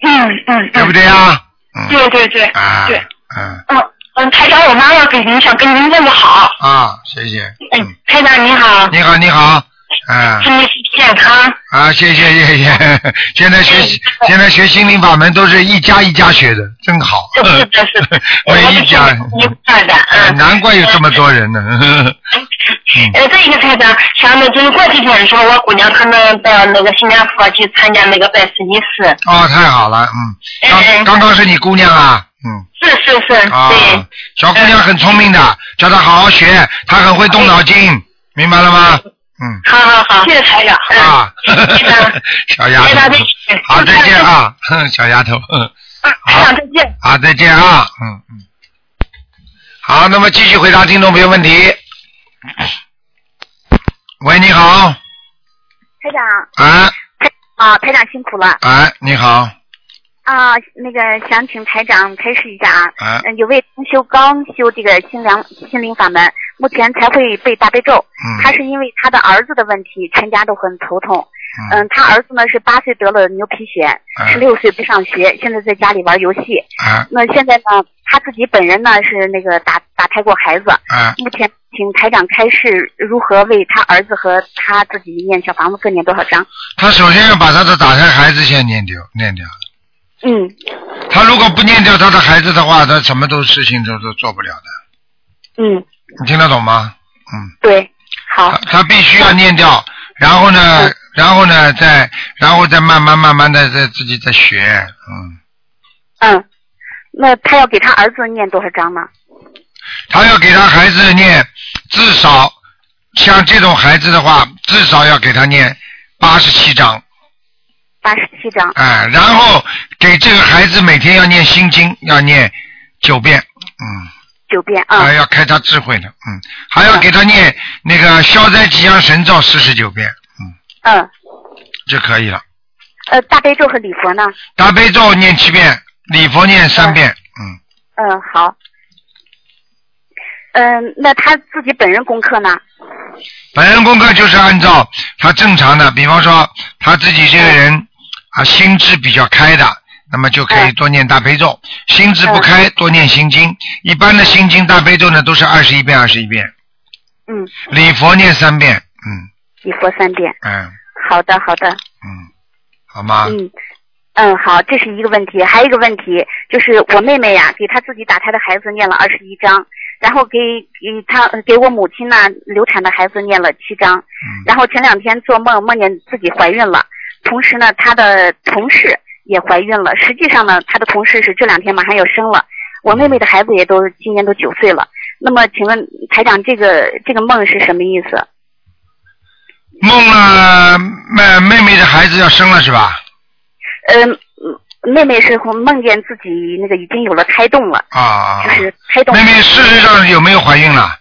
[SPEAKER 6] 嗯嗯嗯，
[SPEAKER 2] 对不对啊？嗯
[SPEAKER 6] 对对对
[SPEAKER 2] 啊
[SPEAKER 6] 对，
[SPEAKER 2] 嗯
[SPEAKER 6] 嗯嗯，台长，我妈要给您想跟您问个好。
[SPEAKER 2] 啊，谢谢。
[SPEAKER 6] 哎
[SPEAKER 2] 嗯，
[SPEAKER 6] 台长您好，
[SPEAKER 2] 你好，你好，嗯。
[SPEAKER 6] 祝您身体健康。
[SPEAKER 2] 啊，谢谢谢谢， 现在学习
[SPEAKER 6] 哎
[SPEAKER 2] 现在学心灵法门都是一家一家学的，真 好。，
[SPEAKER 6] 是的，是的
[SPEAKER 2] 每嗯一家哎
[SPEAKER 6] 我都是一块的，嗯。
[SPEAKER 2] 难怪有这么多人呢。
[SPEAKER 6] 呃，再一个台长，想的就是过几天的时候，我姑娘他们到那个新加坡去参加那个拜师仪式，
[SPEAKER 2] 哦，太好了，嗯，刚
[SPEAKER 6] 嗯
[SPEAKER 2] 刚刚是你姑娘啊，嗯
[SPEAKER 6] 是是是，
[SPEAKER 2] 啊
[SPEAKER 6] 对，，
[SPEAKER 2] 小姑娘很聪明的，叫她好好学，她很会动脑筋，明白了吗？嗯
[SPEAKER 6] 好好好，谢谢台长，嗯，哎
[SPEAKER 2] 啊
[SPEAKER 6] 非常，
[SPEAKER 2] 小丫
[SPEAKER 6] 非常
[SPEAKER 2] 头
[SPEAKER 6] 对不起，
[SPEAKER 2] 好，再见啊，哼 小丫头，嗯。
[SPEAKER 6] 嗯台长再见。
[SPEAKER 2] 好，再见啊，嗯嗯。好，那么继续回答听众朋友问题。喂，你好，
[SPEAKER 7] 台长
[SPEAKER 2] 哎
[SPEAKER 7] 啊，台长辛苦了
[SPEAKER 2] 哎，你好，
[SPEAKER 7] 啊！那个想请台长开示一下啊。
[SPEAKER 2] 哎
[SPEAKER 7] 嗯，有位同修刚修这个心良心灵法门，目前才会背大悲咒。他
[SPEAKER 2] 嗯
[SPEAKER 7] 是因为他的儿子的问题，全家都很头痛。
[SPEAKER 2] 嗯
[SPEAKER 7] 嗯，他儿子呢是八岁得了牛皮癣，十
[SPEAKER 2] 哎
[SPEAKER 7] 六岁不上学，现在在家里玩游戏。
[SPEAKER 2] 哎
[SPEAKER 7] 那现在呢，他自己本人呢是那个打打胎过孩子，
[SPEAKER 2] 哎，
[SPEAKER 7] 目前请台长开示如何为他儿子和他自己念小房子各念多少章？
[SPEAKER 2] 他首先要把他的打胎孩子先念掉，念掉。
[SPEAKER 7] 嗯，
[SPEAKER 2] 他如果不念掉他的孩子的话，他什么都事情都都做不了的。
[SPEAKER 7] 嗯，
[SPEAKER 2] 你听得懂吗？嗯。
[SPEAKER 7] 对，好嗯
[SPEAKER 2] 他，他必须要念掉，然后呢，然后呢，再然后再慢慢慢慢的再自己再学，嗯。
[SPEAKER 7] 嗯，那他要给他儿子念多少章呢？
[SPEAKER 2] 他要给他孩子念，至少像这种孩子的话，至少要给他念八十七章，
[SPEAKER 7] 八十七章，
[SPEAKER 2] 哎，然后给这个孩子每天要念心经，要念九遍，嗯，
[SPEAKER 7] 九遍啊
[SPEAKER 2] 还、，要开他智慧的，嗯，还要给他念那个消灾吉祥神咒四十九遍，嗯，
[SPEAKER 7] 嗯
[SPEAKER 2] 就可以了。
[SPEAKER 7] 呃，大悲咒和礼佛呢？
[SPEAKER 2] 大悲咒念七遍，礼佛念三遍，嗯，
[SPEAKER 7] 嗯、好。嗯、那他自己本人功课呢？
[SPEAKER 2] 本人功课就是按照他正常的，比方说他自己这个人啊，心智比较开的，那么就可以
[SPEAKER 7] 嗯
[SPEAKER 2] 多念大悲咒；心智不开，多念心经。一般的心经、大悲咒呢，都是二十一遍、二十一遍，
[SPEAKER 7] 嗯，
[SPEAKER 2] 礼佛念三遍，嗯
[SPEAKER 7] 礼佛三遍。
[SPEAKER 2] 嗯
[SPEAKER 7] 好的，好的，
[SPEAKER 2] 嗯，好吗？
[SPEAKER 7] 嗯。嗯，好，这是一个问题，还有一个问题就是我妹妹呀、给她自己打胎的孩子念了二十一章，然后给给她给我母亲呢流产的孩子念了七章，
[SPEAKER 2] 嗯
[SPEAKER 7] 然后前两天做梦梦见自己怀孕了，同时呢，她的同事也怀孕了。实际上呢，她的同事是这两天马上要生了。我妹妹的孩子也都今年都九岁了。那么，请问台长，这个这个梦是什么意思？
[SPEAKER 2] 梦了妹妹妹的孩子要生了是吧？
[SPEAKER 7] 嗯、嗯妹妹是梦见自己那个已经有了胎动了，
[SPEAKER 2] 啊啊，啊
[SPEAKER 7] 就是胎动。
[SPEAKER 2] 妹妹事实上有没有怀孕了？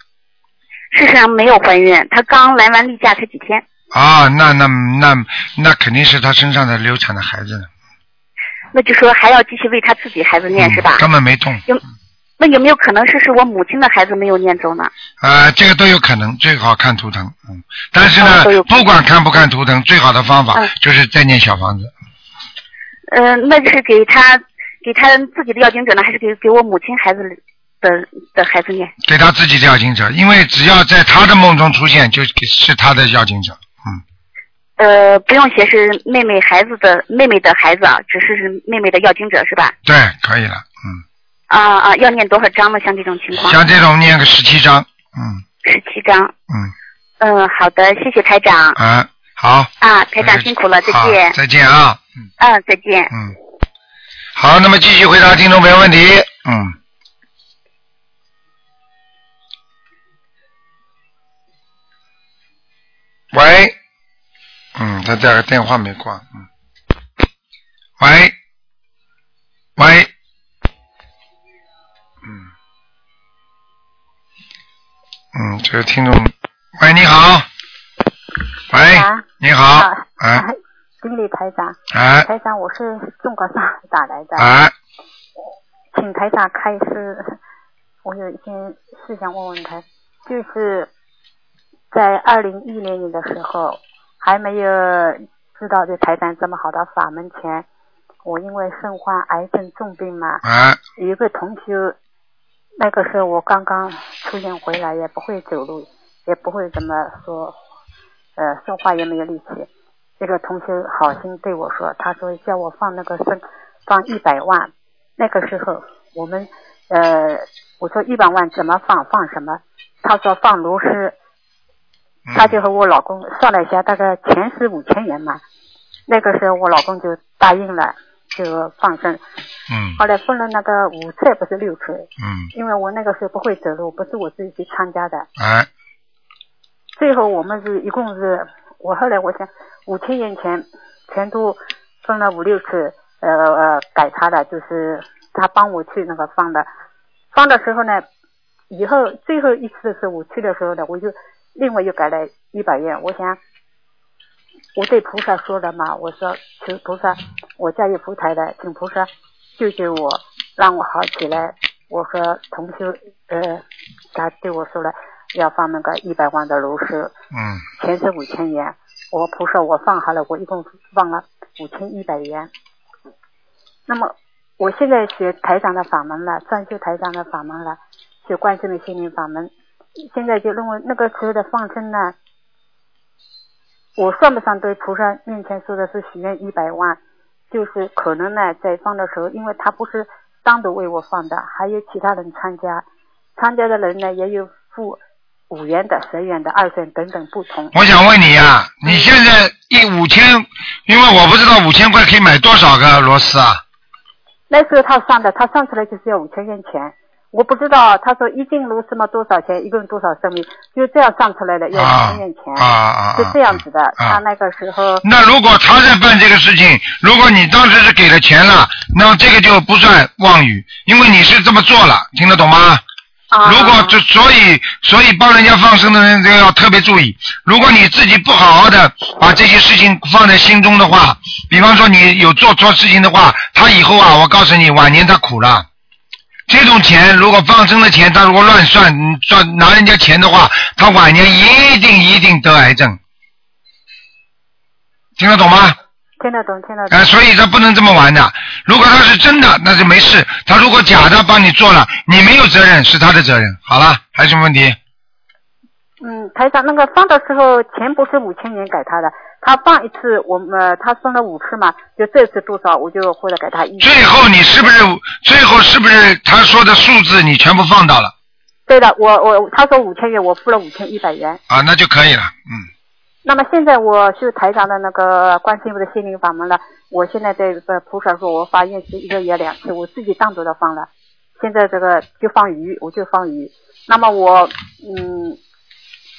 [SPEAKER 7] 事实上没有怀孕，她刚来完例假才几天。
[SPEAKER 2] 啊，那那那那肯定是她身上的流产的孩子呢。
[SPEAKER 7] 那就说还要继续为她自己孩子念、
[SPEAKER 2] 嗯
[SPEAKER 7] 是吧？
[SPEAKER 2] 根本没动。
[SPEAKER 7] 那有没有可能是是我母亲的孩子没有念走呢？
[SPEAKER 2] 呃，这个都有可能，最好看图腾，嗯。但是呢
[SPEAKER 7] 啊都有，
[SPEAKER 2] 不管看不看图腾，最好的方法
[SPEAKER 7] 嗯
[SPEAKER 2] 就是再念小房子，
[SPEAKER 7] 呃，那就是给他给他自己的要经者呢，还是给给我母亲孩子的的孩子念？
[SPEAKER 2] 给他自己的要经者，因为只要在他的梦中出现，就是他的要经者，
[SPEAKER 7] 呃，不用写是妹妹孩子的妹妹的孩子啊，只是是妹妹的要经者是吧？
[SPEAKER 2] 对，可以了，嗯。
[SPEAKER 7] 啊啊，要念多少章呢？像这种情况，
[SPEAKER 2] 像这种念个十七章，嗯
[SPEAKER 7] 十七章。
[SPEAKER 2] 嗯
[SPEAKER 7] 嗯，好的，谢谢台长
[SPEAKER 2] 啊，好，
[SPEAKER 7] 啊，台长
[SPEAKER 2] 嗯
[SPEAKER 7] 辛苦了，再
[SPEAKER 2] 好
[SPEAKER 7] 见，
[SPEAKER 2] 再见啊，
[SPEAKER 7] 嗯，再见。
[SPEAKER 2] 嗯。好，那么继续回答听众朋友问题，嗯。喂，嗯，他这个电话没挂，嗯。喂，喂，嗯嗯，嗯，这个听众，喂，你好，喂
[SPEAKER 8] 啊，
[SPEAKER 2] 你好
[SPEAKER 8] 啊，
[SPEAKER 2] 哎
[SPEAKER 8] 经理台长，
[SPEAKER 2] 哎
[SPEAKER 8] 台长，我是中国上海打来的，
[SPEAKER 2] 哎，
[SPEAKER 8] 请台长开示。我有一件事想问问台，就是在二零一零年的时候，还没有知道这台长这么好的法门前，我因为身患癌症重病嘛，
[SPEAKER 2] 哎
[SPEAKER 8] 有一个同学，那个时候我刚刚出院回来，也不会走路，也不会怎么说，呃，说话也没有力气。这个同学好心对我说，他说叫我放那个生，放一百万。那个时候我们，呃，我说一百万怎么放，放什么？他说放炉石。
[SPEAKER 2] 嗯
[SPEAKER 8] 他就和我老公算了一下，大概钱是五千元嘛。那个时候我老公就答应了，就放生。
[SPEAKER 2] 嗯
[SPEAKER 8] 后来分了那个五次，不是六次，
[SPEAKER 2] 嗯，
[SPEAKER 8] 因为我那个时候不会走路，不是我自己去参加的。
[SPEAKER 2] 哎
[SPEAKER 8] 最后我们是一共是，我后来我想五千元钱全都分了五六次，呃呃改他的，就是他帮我去那个放的，放的时候呢，以后最后一次的时候我去的时候呢，我就另外又改了一百元，我想。我对菩萨说了嘛，我说求菩萨，我家有福台的，请菩萨救救我，让我好起来。我和同修，呃，他对我说了，要放那个一百万的炉石，
[SPEAKER 2] 嗯
[SPEAKER 8] 钱是五千元。我菩萨我放好了，我一共放了五千一百元。那么我现在学台长的法门了，专修台长的法门了，学观世音心灵法门。现在就认为那个时候的放生呢，我算不上对菩萨面前说的是许愿一百万，就是可能呢在放的时候，因为他不是单独为我放的，还有其他人参加，参加的人呢也有付五元的、十元的、二十元等等不同。
[SPEAKER 2] 我想问你呀、你现在一五千，因为我不知道五千块可以买多少个螺丝啊？
[SPEAKER 8] 那时候他算的，他算出来就是要五千元钱。我不知道，他说一斤芦什么多少钱，一共多少升米，就这样算出来的，要五
[SPEAKER 2] 啊
[SPEAKER 8] 千元钱，
[SPEAKER 2] 啊啊啊！
[SPEAKER 8] 是这样子的。
[SPEAKER 2] 啊
[SPEAKER 8] 他那个时候，
[SPEAKER 2] 那如果他在办这个事情，如果你当时是给了钱了，那么这个就不算妄语，因为你是这么做了，听得懂吗？
[SPEAKER 8] 啊、
[SPEAKER 2] 如果这所以所以帮人家放生的人就要特别注意，如果你自己不好好的把这些事情放在心中的话，比方说你有做错事情的话，他以后啊，我告诉你，晚年他苦了。这种钱如果放生的钱，他如果乱算嗯赚拿人家钱的话，他晚年一定一定得癌症。听得懂吗？
[SPEAKER 8] 听得懂，听得懂
[SPEAKER 2] 哎，，所以他不能这么玩的。如果他是真的，那就没事；他如果假的帮你做了，你没有责任，是他的责任。好了，还有什么问题？
[SPEAKER 8] 嗯，台长，那个放的时候钱不是五千元给他的，他放一次，我们、呃他分了五次嘛，就这次多少我就或者给他一。
[SPEAKER 2] 最后你是不是最后是不是他说的数字你全部放到了
[SPEAKER 8] 对的，我我他说五千元，我付了五千一百元。
[SPEAKER 2] 啊？那就可以了。嗯，
[SPEAKER 8] 那么现在我是台长的那个观世音菩萨心灵法门了，我现在在这个菩萨说，我发愿是一个月两次，我自己单独的放了。现在这个就放鱼，我就放鱼。那么我嗯，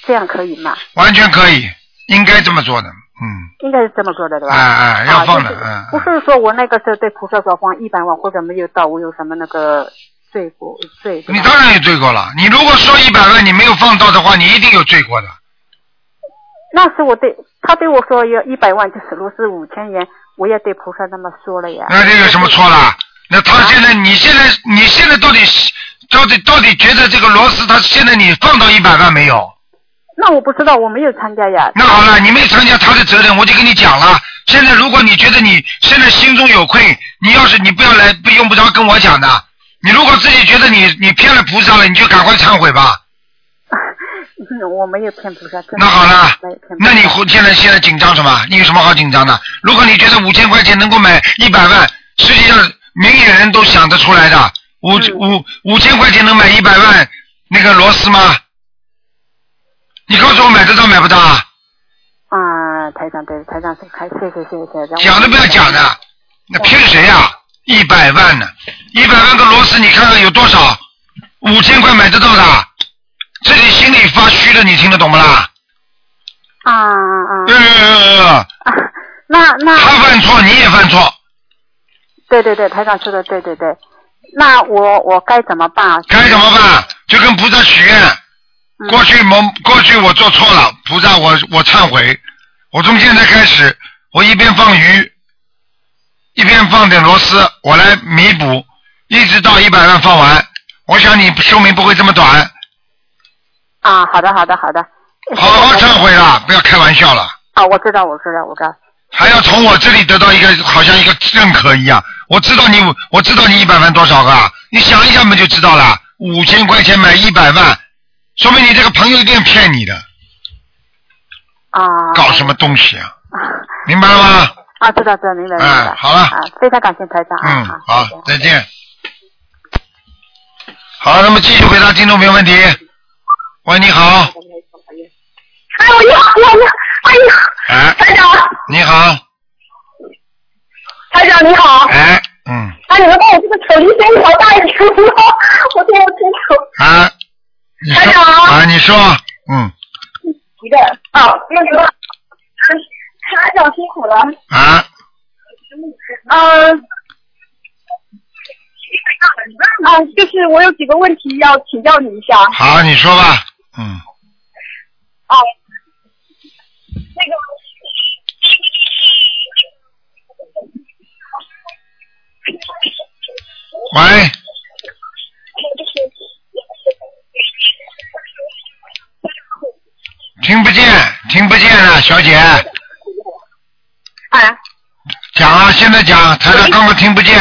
[SPEAKER 8] 这样可以吗？
[SPEAKER 2] 完全可以，应该这么做的。嗯，
[SPEAKER 8] 应该是这么做的，对吧？
[SPEAKER 2] 哎哎，要
[SPEAKER 8] 啊
[SPEAKER 2] 放的，
[SPEAKER 8] 就是
[SPEAKER 2] 嗯，
[SPEAKER 8] 不是说我那个时候对菩萨说放一百万或者没有到，我有什么那个罪过罪？对吧
[SPEAKER 2] 你当然有罪过了。你如果说一百万你没有放到的话，你一定有罪过的。
[SPEAKER 8] 那是我对他对我说要一百万，就是如是五千元，我也对菩萨那么说了呀。
[SPEAKER 2] 那这有什么错啦？那他现在，你现在，你现在到底，到底，到底觉得这个螺丝，他现在你放到一百万没有？
[SPEAKER 8] 那我不知道，我没有参加呀。
[SPEAKER 2] 那好了，你没参加他的责任，我就跟你讲了。现在如果你觉得你现在心中有愧，你要是你不要来，不用不着跟我讲的。你如果自己觉得你你骗了菩萨了，你就赶快忏悔吧。
[SPEAKER 8] 嗯 我没有骗菩萨，真的
[SPEAKER 2] 那好了
[SPEAKER 8] 没有骗菩萨。
[SPEAKER 2] 那你现在现在紧张什么？你有什么好紧张的？如果你觉得五千块钱能够买一百万，实际上明眼人都想得出来的。五、五五千块钱能买一百万那个螺丝吗？你告诉我买得到买不到啊？
[SPEAKER 8] 啊，台长对，台长开，谢谢谢谢。然后
[SPEAKER 2] 讲都不要讲的，那骗谁呀、一百万呢、一百万个螺丝，你看看有多少？五千块买得到的，自己心里发虚的，你听得懂不啦？
[SPEAKER 8] 啊啊
[SPEAKER 2] 呃呃，
[SPEAKER 8] 啊！那那
[SPEAKER 2] 他犯错，你也犯错，
[SPEAKER 8] 对对对，台长说的对对对。那我我该怎么办？啊
[SPEAKER 2] 该怎么办？就跟菩萨许愿。
[SPEAKER 8] 嗯
[SPEAKER 2] 过去某过去我做错了，菩萨我我忏悔，我从现在开始，我一边放鱼，一边放点螺丝，我来弥补，一直到一百万放完。我想你寿命不会这么短，
[SPEAKER 8] 啊，好的，好的，好的。
[SPEAKER 2] 好好忏悔啦，不要开玩笑了。
[SPEAKER 8] 啊，我知道，我知道，我知道。
[SPEAKER 2] 还要从我这里得到一个好像一个认可一样。我知道你，我知道你一百万多少个啊，你想一下嘛就知道了。五千块钱买一百万，说明你这个朋友一定骗你的，
[SPEAKER 8] 啊。
[SPEAKER 2] 搞什么东西啊？明白了吗？
[SPEAKER 8] 啊，知道，知道，明白，明白。
[SPEAKER 2] 哎好了
[SPEAKER 8] 啊，非常感谢台长啊。
[SPEAKER 2] 嗯，好，再见。好，那么继续回答听众朋友问题。喂，你好，
[SPEAKER 9] 哎呦，你好，你好，你好，哎呀，
[SPEAKER 2] 哎，
[SPEAKER 9] 台长，
[SPEAKER 2] 你好，
[SPEAKER 9] 台长你好，
[SPEAKER 2] 哎，嗯，
[SPEAKER 9] 哎，你们把我这个手机声音调大一点，我听不清楚。
[SPEAKER 2] 啊，你
[SPEAKER 9] 台
[SPEAKER 2] 说
[SPEAKER 9] 长
[SPEAKER 2] 啊，你说，嗯，
[SPEAKER 9] 急的啊，那什么，台长辛苦了，
[SPEAKER 2] 啊，
[SPEAKER 9] 嗯。啊，就是我有几个问题要请教你一下。
[SPEAKER 2] 好，你说吧，嗯，
[SPEAKER 9] 啊，那个，
[SPEAKER 2] 喂，听不见，听不见了，小姐，
[SPEAKER 9] 哎，
[SPEAKER 2] 讲啊，现在讲，台上根本听不见，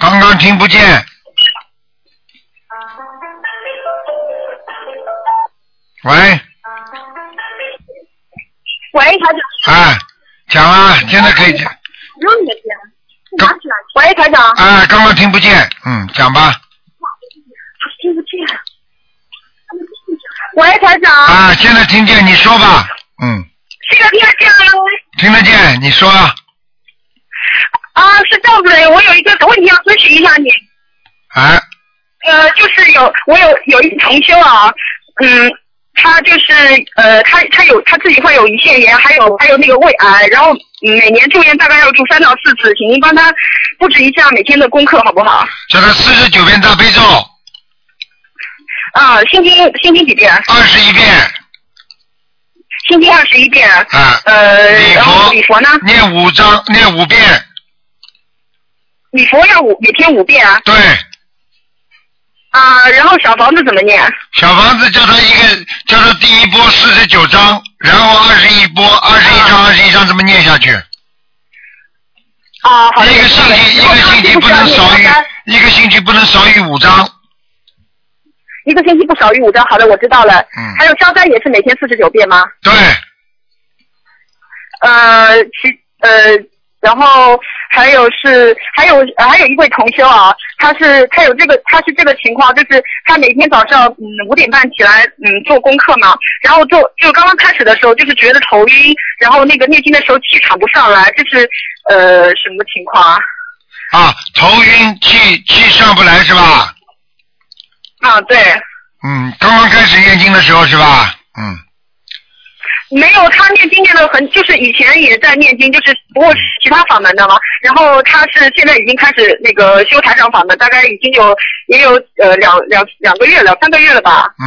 [SPEAKER 2] 刚刚听不见。喂，
[SPEAKER 9] 喂，台长，
[SPEAKER 2] 啊，讲啊，现在可以讲，
[SPEAKER 9] 不用你的电话你拿起来。喂，台长，
[SPEAKER 2] 啊，刚刚听不见，嗯，讲吧，
[SPEAKER 9] 听不见。喂，台长，
[SPEAKER 2] 啊，现在听见，你说吧，嗯，
[SPEAKER 9] 这个电这个
[SPEAKER 2] 听得见，你说，
[SPEAKER 9] 啊，是这样子的，我有一个问题要咨询一下你。
[SPEAKER 2] 哎，
[SPEAKER 9] 呃，就是有我有有一同修啊，嗯，他就是呃，他他有他自己会有胰腺炎，还有还有那个胃癌，然后嗯每年住院大概要住三到四次，请您帮他布置一下每天的功课好不好？
[SPEAKER 2] 叫他四十九遍大悲咒，
[SPEAKER 9] 啊，心经心经几遍？
[SPEAKER 2] 二十一遍，
[SPEAKER 9] 心经二十一遍。
[SPEAKER 2] 啊，
[SPEAKER 9] 呃，
[SPEAKER 2] 礼
[SPEAKER 9] 然后
[SPEAKER 2] 佛
[SPEAKER 9] 礼佛呢？
[SPEAKER 2] 念五章，念五遍，
[SPEAKER 9] 礼佛要五每天五遍啊。
[SPEAKER 2] 对，
[SPEAKER 9] 啊，然后小房子怎么念？
[SPEAKER 2] 小房子叫他一个，叫他第一波四十九章，然后二十一波，二十一章，二十一章这么念下去，
[SPEAKER 9] 啊，好的。
[SPEAKER 2] 一个星
[SPEAKER 4] 哎
[SPEAKER 2] 期，一个星期不能少于，一个星期不能少于五章，
[SPEAKER 9] 一个星期不少于五张。好的，我知道了。
[SPEAKER 2] 嗯
[SPEAKER 9] 还有消灾也是每天四十九遍吗？
[SPEAKER 2] 对，
[SPEAKER 9] 呃，其呃，然后还有是还有、呃还有一位同修啊，他是他有这个他是这个情况，就是他每天早上嗯五点半起来嗯做功课嘛，然后做就刚刚开始的时候就是觉得头晕，然后那个念经的时候气喘不上来，这是呃什么情况啊？
[SPEAKER 2] 啊，头晕气气上不来是吧？
[SPEAKER 9] 啊，对，
[SPEAKER 2] 嗯，刚刚开始念经的时候是吧？嗯，
[SPEAKER 9] 没有，他念经念的很，就是以前也在念经，就是不过是其他法门的嘛。然后他是现在已经开始那个修台长法门，大概已经有也有呃两两两个月两三个月了吧。
[SPEAKER 2] 嗯，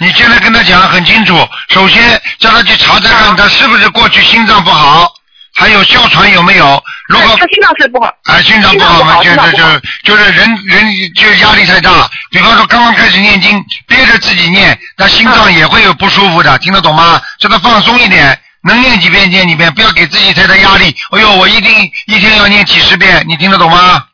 [SPEAKER 2] 你现在跟他讲得很清楚，首先叫他去查查看他是不是过去心脏不好，还有哮喘有没有。如
[SPEAKER 9] 对
[SPEAKER 2] 果
[SPEAKER 9] 他心脏是不好，
[SPEAKER 2] 啊心脏不好嘛，就
[SPEAKER 9] 心脏
[SPEAKER 2] 是
[SPEAKER 9] 不好
[SPEAKER 2] 就就是人人就压力太大，比方说刚刚开始念经，憋着自己念，那心脏也会有不舒服
[SPEAKER 9] 嗯
[SPEAKER 2] 的，听得懂吗？叫他放松一点。能念几遍念几遍，不要给自己太大压力。哎呦，我一定一天要念几十遍，你听得懂吗？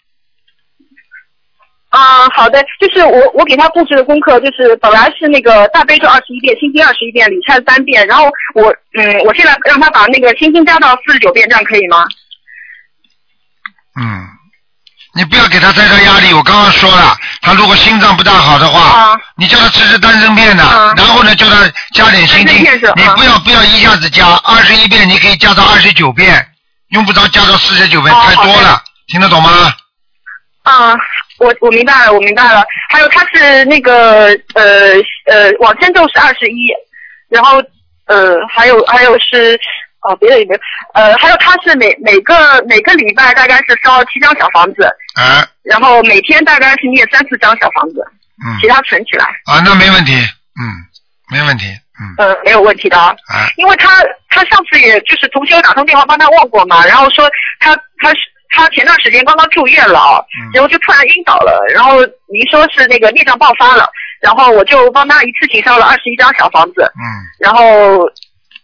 [SPEAKER 9] 啊、好的，就是我我给他布置的功课，就是本来是那个大悲咒二十一遍，心经二十一遍，礼忏三遍，然后我嗯，我现在让他把那个心经加到四十九遍，这样可以吗？
[SPEAKER 2] 嗯，你不要给他太大压力。我刚刚说了，他如果心脏不大好的话，
[SPEAKER 9] 啊
[SPEAKER 2] 你叫他吃吃丹参片的，
[SPEAKER 9] 啊
[SPEAKER 2] 然后呢叫他加点心经
[SPEAKER 9] 丹参片是。啊吧
[SPEAKER 2] 你不要不要一下子加，二十一遍你可以加到二十九遍，用不着加到四十九遍，
[SPEAKER 9] 哦
[SPEAKER 2] 太多
[SPEAKER 9] 好
[SPEAKER 2] 了，听得懂吗？
[SPEAKER 9] 啊，我我明白了，我明白了。还有他是那个呃呃，往生咒是二十一，然后呃还有还有是哦，别的也没有。呃，还有他是每每个每个礼拜大概是烧七张小房子，
[SPEAKER 2] 啊，
[SPEAKER 9] 然后每天大概是念三四张小房子，
[SPEAKER 2] 嗯
[SPEAKER 9] 其他存起来，
[SPEAKER 2] 啊，那没问题，嗯，没问题，嗯
[SPEAKER 9] 嗯，没有问题的啊。
[SPEAKER 2] 啊，
[SPEAKER 9] 因为他他上次也就是同学打通电话帮他问过嘛，然后说他他是他前段时间刚刚住院了啊，
[SPEAKER 2] 嗯
[SPEAKER 9] 然后就突然晕倒了，然后您说是那个孽障爆发了，然后我就帮他一次性烧了二十一张小房子，
[SPEAKER 2] 嗯。
[SPEAKER 9] 然后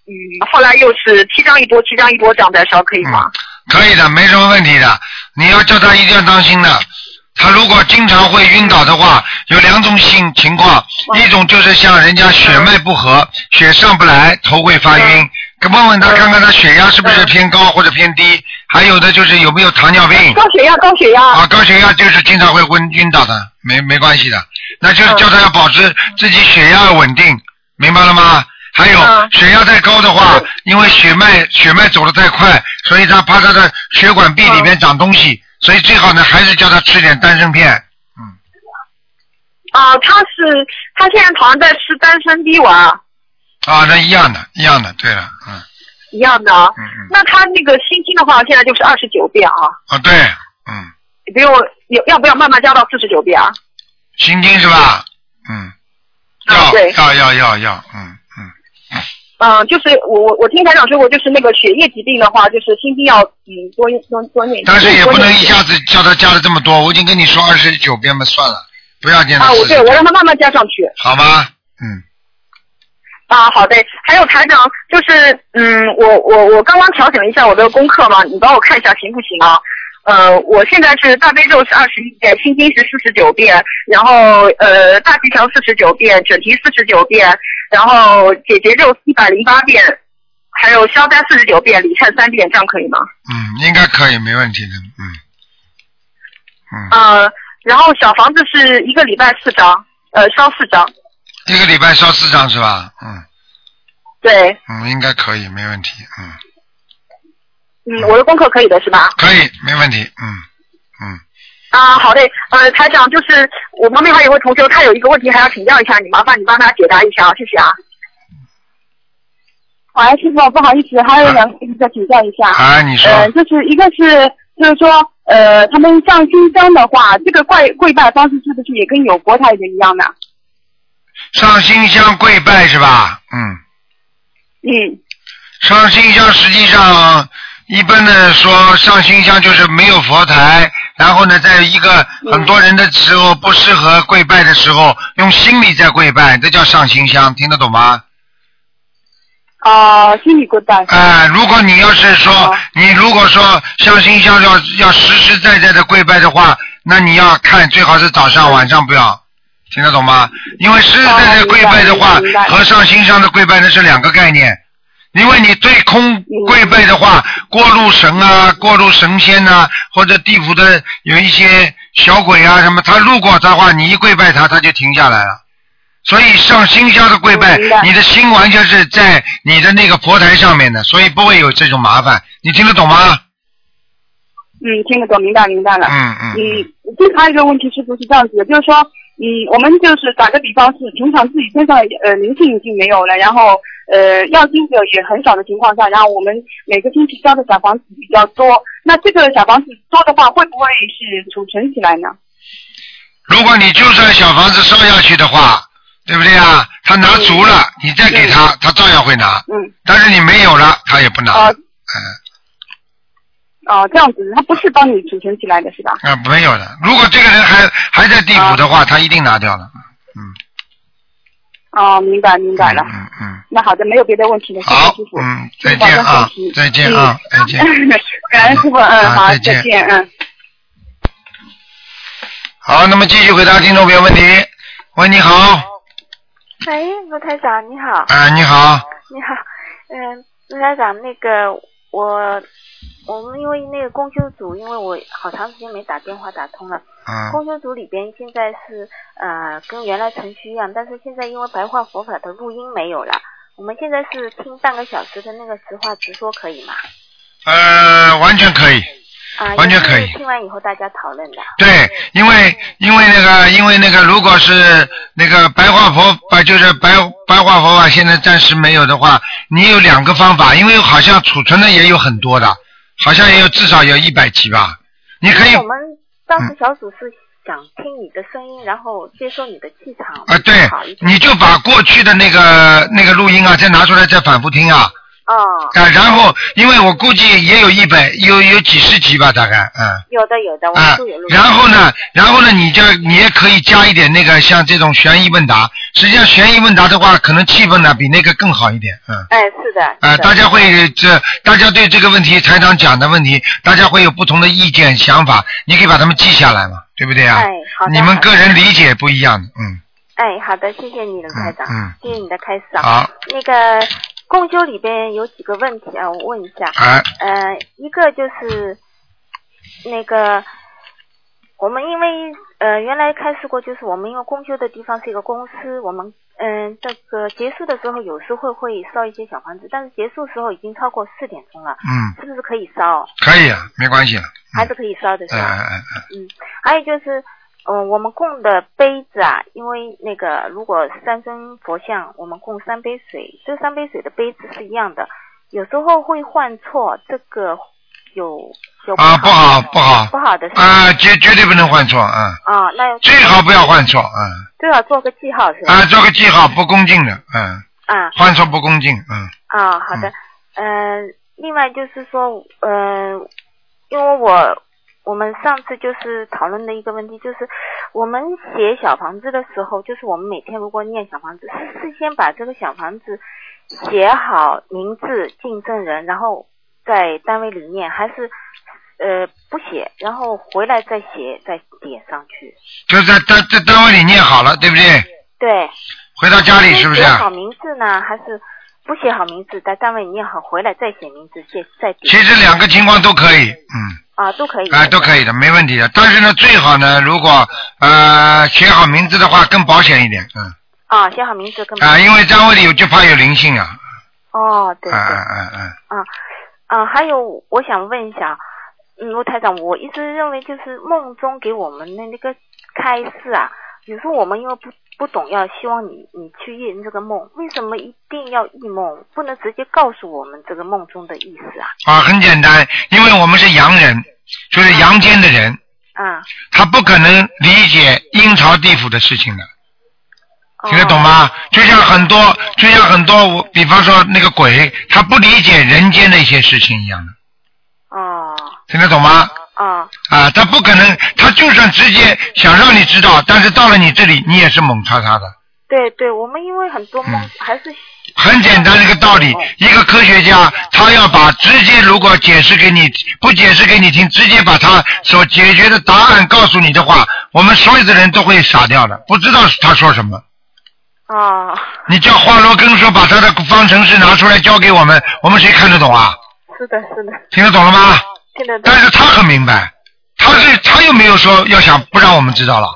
[SPEAKER 9] 嗯，后来又是七张一波，七张一波这样在烧，可以吗？
[SPEAKER 2] 嗯可以的，没什么问题的。你要叫他一定要当心的。他如果经常会晕倒的话，有两种性情况，一种就是像人家血脉不和，血上不来，头会发晕。
[SPEAKER 9] 嗯
[SPEAKER 2] 问问他看看他血压是不是偏高或者偏低，还有的就是有没有糖尿病。
[SPEAKER 9] 高血压，高血压。
[SPEAKER 2] 啊，高血压就是经常会昏晕倒的，没没关系的。那就是
[SPEAKER 9] 嗯
[SPEAKER 2] 叫他要保持自己血压稳定，明白了吗？还有
[SPEAKER 9] 嗯
[SPEAKER 2] 血压太高的话，因为血脉血脉走得太快，所以他怕他的血管壁里
[SPEAKER 9] 嗯
[SPEAKER 2] 面长东西，所以最好呢还是叫他吃点丹参片。
[SPEAKER 9] 啊，他是他现在好像在吃丹参滴丸
[SPEAKER 2] 啊，那一样的，一样的。对了，嗯，
[SPEAKER 9] 一样的啊。那他那个心经的话，现在就是二十九遍啊，
[SPEAKER 2] 啊对，嗯，
[SPEAKER 9] 不用有要不要慢慢加到四十九遍啊？
[SPEAKER 2] 心经是吧？嗯，
[SPEAKER 9] 啊，对，
[SPEAKER 2] 要要要要，嗯嗯，
[SPEAKER 9] 嗯，就是我我我听台长说过，就是那个血液疾病的话，就是心经要嗯多念多多念，
[SPEAKER 2] 但是也
[SPEAKER 9] 多
[SPEAKER 2] 不能
[SPEAKER 9] 念
[SPEAKER 2] 一下子叫他加了这么多，我已经跟你说二十九遍嘛，算了，不要念
[SPEAKER 9] 啊，
[SPEAKER 2] 了
[SPEAKER 9] 我
[SPEAKER 2] 四
[SPEAKER 9] 对
[SPEAKER 2] 十
[SPEAKER 9] 我让他慢慢加上去。
[SPEAKER 2] 好嗯吗？
[SPEAKER 9] 啊，好的。还有台长，就是嗯，我我我刚刚调整了一下我的功课嘛，你帮我看一下行不行啊？呃，我现在是大悲咒是二十一遍，心经是四十九遍，然后呃大吉祥四十九遍，准提四十九遍，然后解结咒一百零八遍，还有消灾四十九遍，礼忏三遍，这样可以吗？
[SPEAKER 2] 嗯，应该可以，没问题的。嗯，
[SPEAKER 9] 呃，然后小房子是一个礼拜四张，呃烧四张，
[SPEAKER 2] 一个礼拜烧四张是吧？嗯
[SPEAKER 9] 对，
[SPEAKER 2] 嗯，应该可以，没问题。嗯，
[SPEAKER 9] 嗯，我的功课可以的是吧？
[SPEAKER 2] 可以，没问题。嗯
[SPEAKER 9] 啊，好嘞，呃，台长，就是我旁边还有位同学，他有一个问题还要请教一下你，麻烦你帮他解答一下，谢谢啊。
[SPEAKER 10] 喂，师傅，不好意思，还有两个问题再请教一下。
[SPEAKER 2] 啊你说
[SPEAKER 9] 嗯
[SPEAKER 10] 呃，就是一个是，就是说，呃，他们上新香的话，这个跪跪拜方式是不是也跟有国泰人一样呢？
[SPEAKER 2] 上新香跪拜是吧？嗯，
[SPEAKER 10] 嗯，
[SPEAKER 2] 上新香实际上一般的说上新香就是没有佛台，然后呢，在一个很多人的时候不适合跪拜的时候，用心里在跪拜，这叫上新香，听得懂吗？
[SPEAKER 10] 啊、心理跪拜。
[SPEAKER 2] 哎、如果你要是说、你如果说相信要要要实实在在的跪拜的话，那你要看最好是早上晚上不要，听得懂吗？因为实实在在跪拜的话
[SPEAKER 10] 哦明白明白，
[SPEAKER 2] 和上心香的跪拜那是两个概念。因为你对
[SPEAKER 10] 嗯
[SPEAKER 2] 空跪拜的话，过路神啊、过路神仙呐、或者地府的有一些小鬼啊什么，他路过他的话，你一跪拜他，他就停下来了。所以上新香的跪拜
[SPEAKER 10] 明白，
[SPEAKER 2] 你的心完全是在你的那个佛台上面的，所以不会有这种麻烦。你听得懂
[SPEAKER 10] 啊
[SPEAKER 2] 吗？
[SPEAKER 10] 嗯，听得懂，明白明白了。
[SPEAKER 2] 嗯嗯
[SPEAKER 10] 嗯，这还有一个问题是不是这样子的？就是说，嗯，我们就是打个比方是，平常自己身上呃灵性已经没有了，然后呃要经者也很少的情况下，然后我们每个星期交的小房子比较多，那这个小房子多的话，会不会是储存起来呢？
[SPEAKER 2] 如果你就算小房子烧下去的话，对不对啊？他拿足了，你再给他，他照样会拿。
[SPEAKER 10] 嗯。
[SPEAKER 2] 但是你没有了，他也不拿。
[SPEAKER 10] 啊
[SPEAKER 2] 嗯。
[SPEAKER 10] 哦、这样子，它不是帮你储存起来的是吧？
[SPEAKER 2] 啊，没有的。如果这个人还还在地府的
[SPEAKER 10] 啊
[SPEAKER 2] 话，他一定拿掉了。
[SPEAKER 10] 哦，明白明白了。
[SPEAKER 2] 嗯嗯。
[SPEAKER 10] 那好的，没有别的问题了，谢谢师傅。
[SPEAKER 2] 嗯，再见啊，再见啊，
[SPEAKER 10] 嗯
[SPEAKER 2] 再见。
[SPEAKER 10] 感恩师傅，嗯，
[SPEAKER 2] 好
[SPEAKER 10] 好，
[SPEAKER 2] 啊再见
[SPEAKER 10] 再见，嗯。
[SPEAKER 2] 好，那么继续回答听众朋友问题。喂，你好，
[SPEAKER 11] 哎，卢台长你好。
[SPEAKER 2] 哎，你好，
[SPEAKER 11] 你好，嗯，卢台长，那个我我们因为那个公修组，因为我好长时间没打电话打通了。
[SPEAKER 2] 嗯
[SPEAKER 11] 公修组里边现在是呃跟原来程序一样，但是现在因为白话佛法的录音没有了，我们现在是听半个小时的那个实话直说，可以吗？
[SPEAKER 2] 呃，完全可以。
[SPEAKER 11] 啊、
[SPEAKER 2] 完全
[SPEAKER 11] 也是
[SPEAKER 2] 可以
[SPEAKER 11] 听完以后大家讨论的。
[SPEAKER 2] 对，因为因为那个因为那个，如果是那个白话佛，呃，就是白白白话佛法现在暂时没有的话，你有两个方法，因为好像储存的也有很多的，好像也有至少有一百集吧。你可以嗯
[SPEAKER 11] 因为我们当时小组是想听你的声音，然后接收你的气场。
[SPEAKER 2] 啊，对，你就把过去的那个那个录音啊，再拿出来，再反复听啊。
[SPEAKER 11] 哦。
[SPEAKER 2] 啊，然后因为我估计也有一百，有有几十集吧，大概，嗯。
[SPEAKER 11] 有的有的，我
[SPEAKER 2] 啊
[SPEAKER 11] 们都有录。，
[SPEAKER 2] 然后呢，然后呢，你就你也可以加一点那个像这种悬疑问答。实际上，悬疑问答的话，可能气氛呢比那个更好一点，嗯。
[SPEAKER 11] 哎，是的。
[SPEAKER 2] 啊、
[SPEAKER 11] 是的
[SPEAKER 2] 大家会这，大家对这个问题，台长讲的问题，大家会有不同的意见想法，你可以把他们记下来嘛，对不对啊？
[SPEAKER 11] 哎好的
[SPEAKER 2] 你们
[SPEAKER 11] 好的
[SPEAKER 2] 个人理解不一样的，嗯。
[SPEAKER 11] 哎，好的，谢谢你，卢台长，
[SPEAKER 2] 嗯嗯
[SPEAKER 11] 谢谢你的开始啊。
[SPEAKER 2] 好
[SPEAKER 11] 那个公修里边有几个问题啊，我问一下。
[SPEAKER 2] 哎
[SPEAKER 11] 呃，一个就是那个我们因为呃原来开始过，就是我们因为公修的地方是一个公司，我们嗯、这个结束的时候有时候会烧一些小房子，但是结束时候已经超过四点钟了，
[SPEAKER 2] 嗯
[SPEAKER 11] 是不是可以烧？
[SPEAKER 2] 可以，啊，没关系啊。
[SPEAKER 11] 还是可以烧的是
[SPEAKER 2] 哎
[SPEAKER 11] 吧？
[SPEAKER 2] 哎哎哎，
[SPEAKER 11] 还有就是，嗯、我们供的杯子啊，因为那个如果三尊佛像，我们供三杯水，这三杯水的杯子是一样的，有时候会换错，这个有有
[SPEAKER 2] 啊不好
[SPEAKER 11] 的
[SPEAKER 2] 不好
[SPEAKER 11] 不好的事
[SPEAKER 2] 啊，绝绝对不能换错啊，
[SPEAKER 11] 啊，那要
[SPEAKER 2] 最好不要换错啊
[SPEAKER 11] 最好做个记号是吧？
[SPEAKER 2] 啊，做个记号，不恭敬的，嗯，
[SPEAKER 11] 啊
[SPEAKER 2] 换错不恭敬，嗯
[SPEAKER 11] 啊，好的，嗯、另外就是说，嗯、因为我我们上次就是讨论的一个问题，就是我们写小房子的时候，就是我们每天如果念小房子，是事先把这个小房子写好名字、见证人，然后在单位里念，还是呃不写，然后回来再写再点上去？
[SPEAKER 2] 就在单在单位里念好了，对不对？
[SPEAKER 11] 对。
[SPEAKER 2] 回到家里是不是
[SPEAKER 11] 先
[SPEAKER 2] 啊？
[SPEAKER 11] 写好名字呢，还是不写好名字，在单位念好，回来再写名字，再再点？
[SPEAKER 2] 其实两个情况都可以，嗯，
[SPEAKER 11] 啊，都可以。
[SPEAKER 2] 啊、都可以的，没问题的。但是呢，最好呢，如果呃写好名字的话，更保险一点，嗯，
[SPEAKER 11] 啊，写好名字跟
[SPEAKER 2] 啊、因为单位里有就怕有灵性啊，
[SPEAKER 11] 哦，对
[SPEAKER 2] 嗯
[SPEAKER 11] 对
[SPEAKER 2] 嗯嗯嗯，
[SPEAKER 11] 啊啊，还有我想问一下，嗯，卢台长，我一直认为就是梦中给我们的那个开示啊，有时候我们因为不不懂，要希望你你去验这个梦，为什么一定要译梦，不能直接告诉我们这个梦中的意思啊？
[SPEAKER 2] 啊，很简单，因为我们是洋人，就是阳间的人，
[SPEAKER 11] 啊，
[SPEAKER 2] 他不可能理解阴曹地府的事情的。听得懂吗？就像很多，就像很多，我比方说那个鬼，他不理解人间的一些事情一样的。哦。听得懂吗？
[SPEAKER 11] 啊。
[SPEAKER 2] 啊，他不可能，他就算直接想让你知道，但是到了你这里，你也是猛叉叉的。
[SPEAKER 11] 对对，我们因为很多梦、
[SPEAKER 2] 嗯
[SPEAKER 11] 还是
[SPEAKER 2] 很简单的一个道理，一个科学家他要把直接如果解释给你，不解释给你听，直接把他所解决的答案告诉你的话，我们所有的人都会傻掉的，不知道他说什么。
[SPEAKER 11] 啊。
[SPEAKER 2] 你叫华罗庚说把他的方程式拿出来教给我们，我们谁看得懂啊？
[SPEAKER 11] 是的，是的，
[SPEAKER 2] 听得懂了吗？
[SPEAKER 11] 听得懂。
[SPEAKER 2] 但是他很明白，他是他又没有说要想不让我们知道了，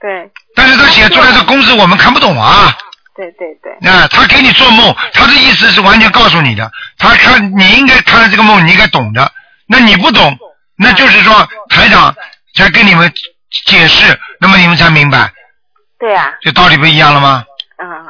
[SPEAKER 11] 对
[SPEAKER 2] 但是他写出来的公式我们看不懂啊。
[SPEAKER 11] 对对对，
[SPEAKER 2] 啊，他给你做梦，他的意思是完全告诉你的。他看你应该看了这个梦，你应该懂的。那你不懂，那就是说台长才跟你们解释，那么你们才明白，
[SPEAKER 11] 对啊，
[SPEAKER 2] 这道理不一样了吗？
[SPEAKER 11] 嗯，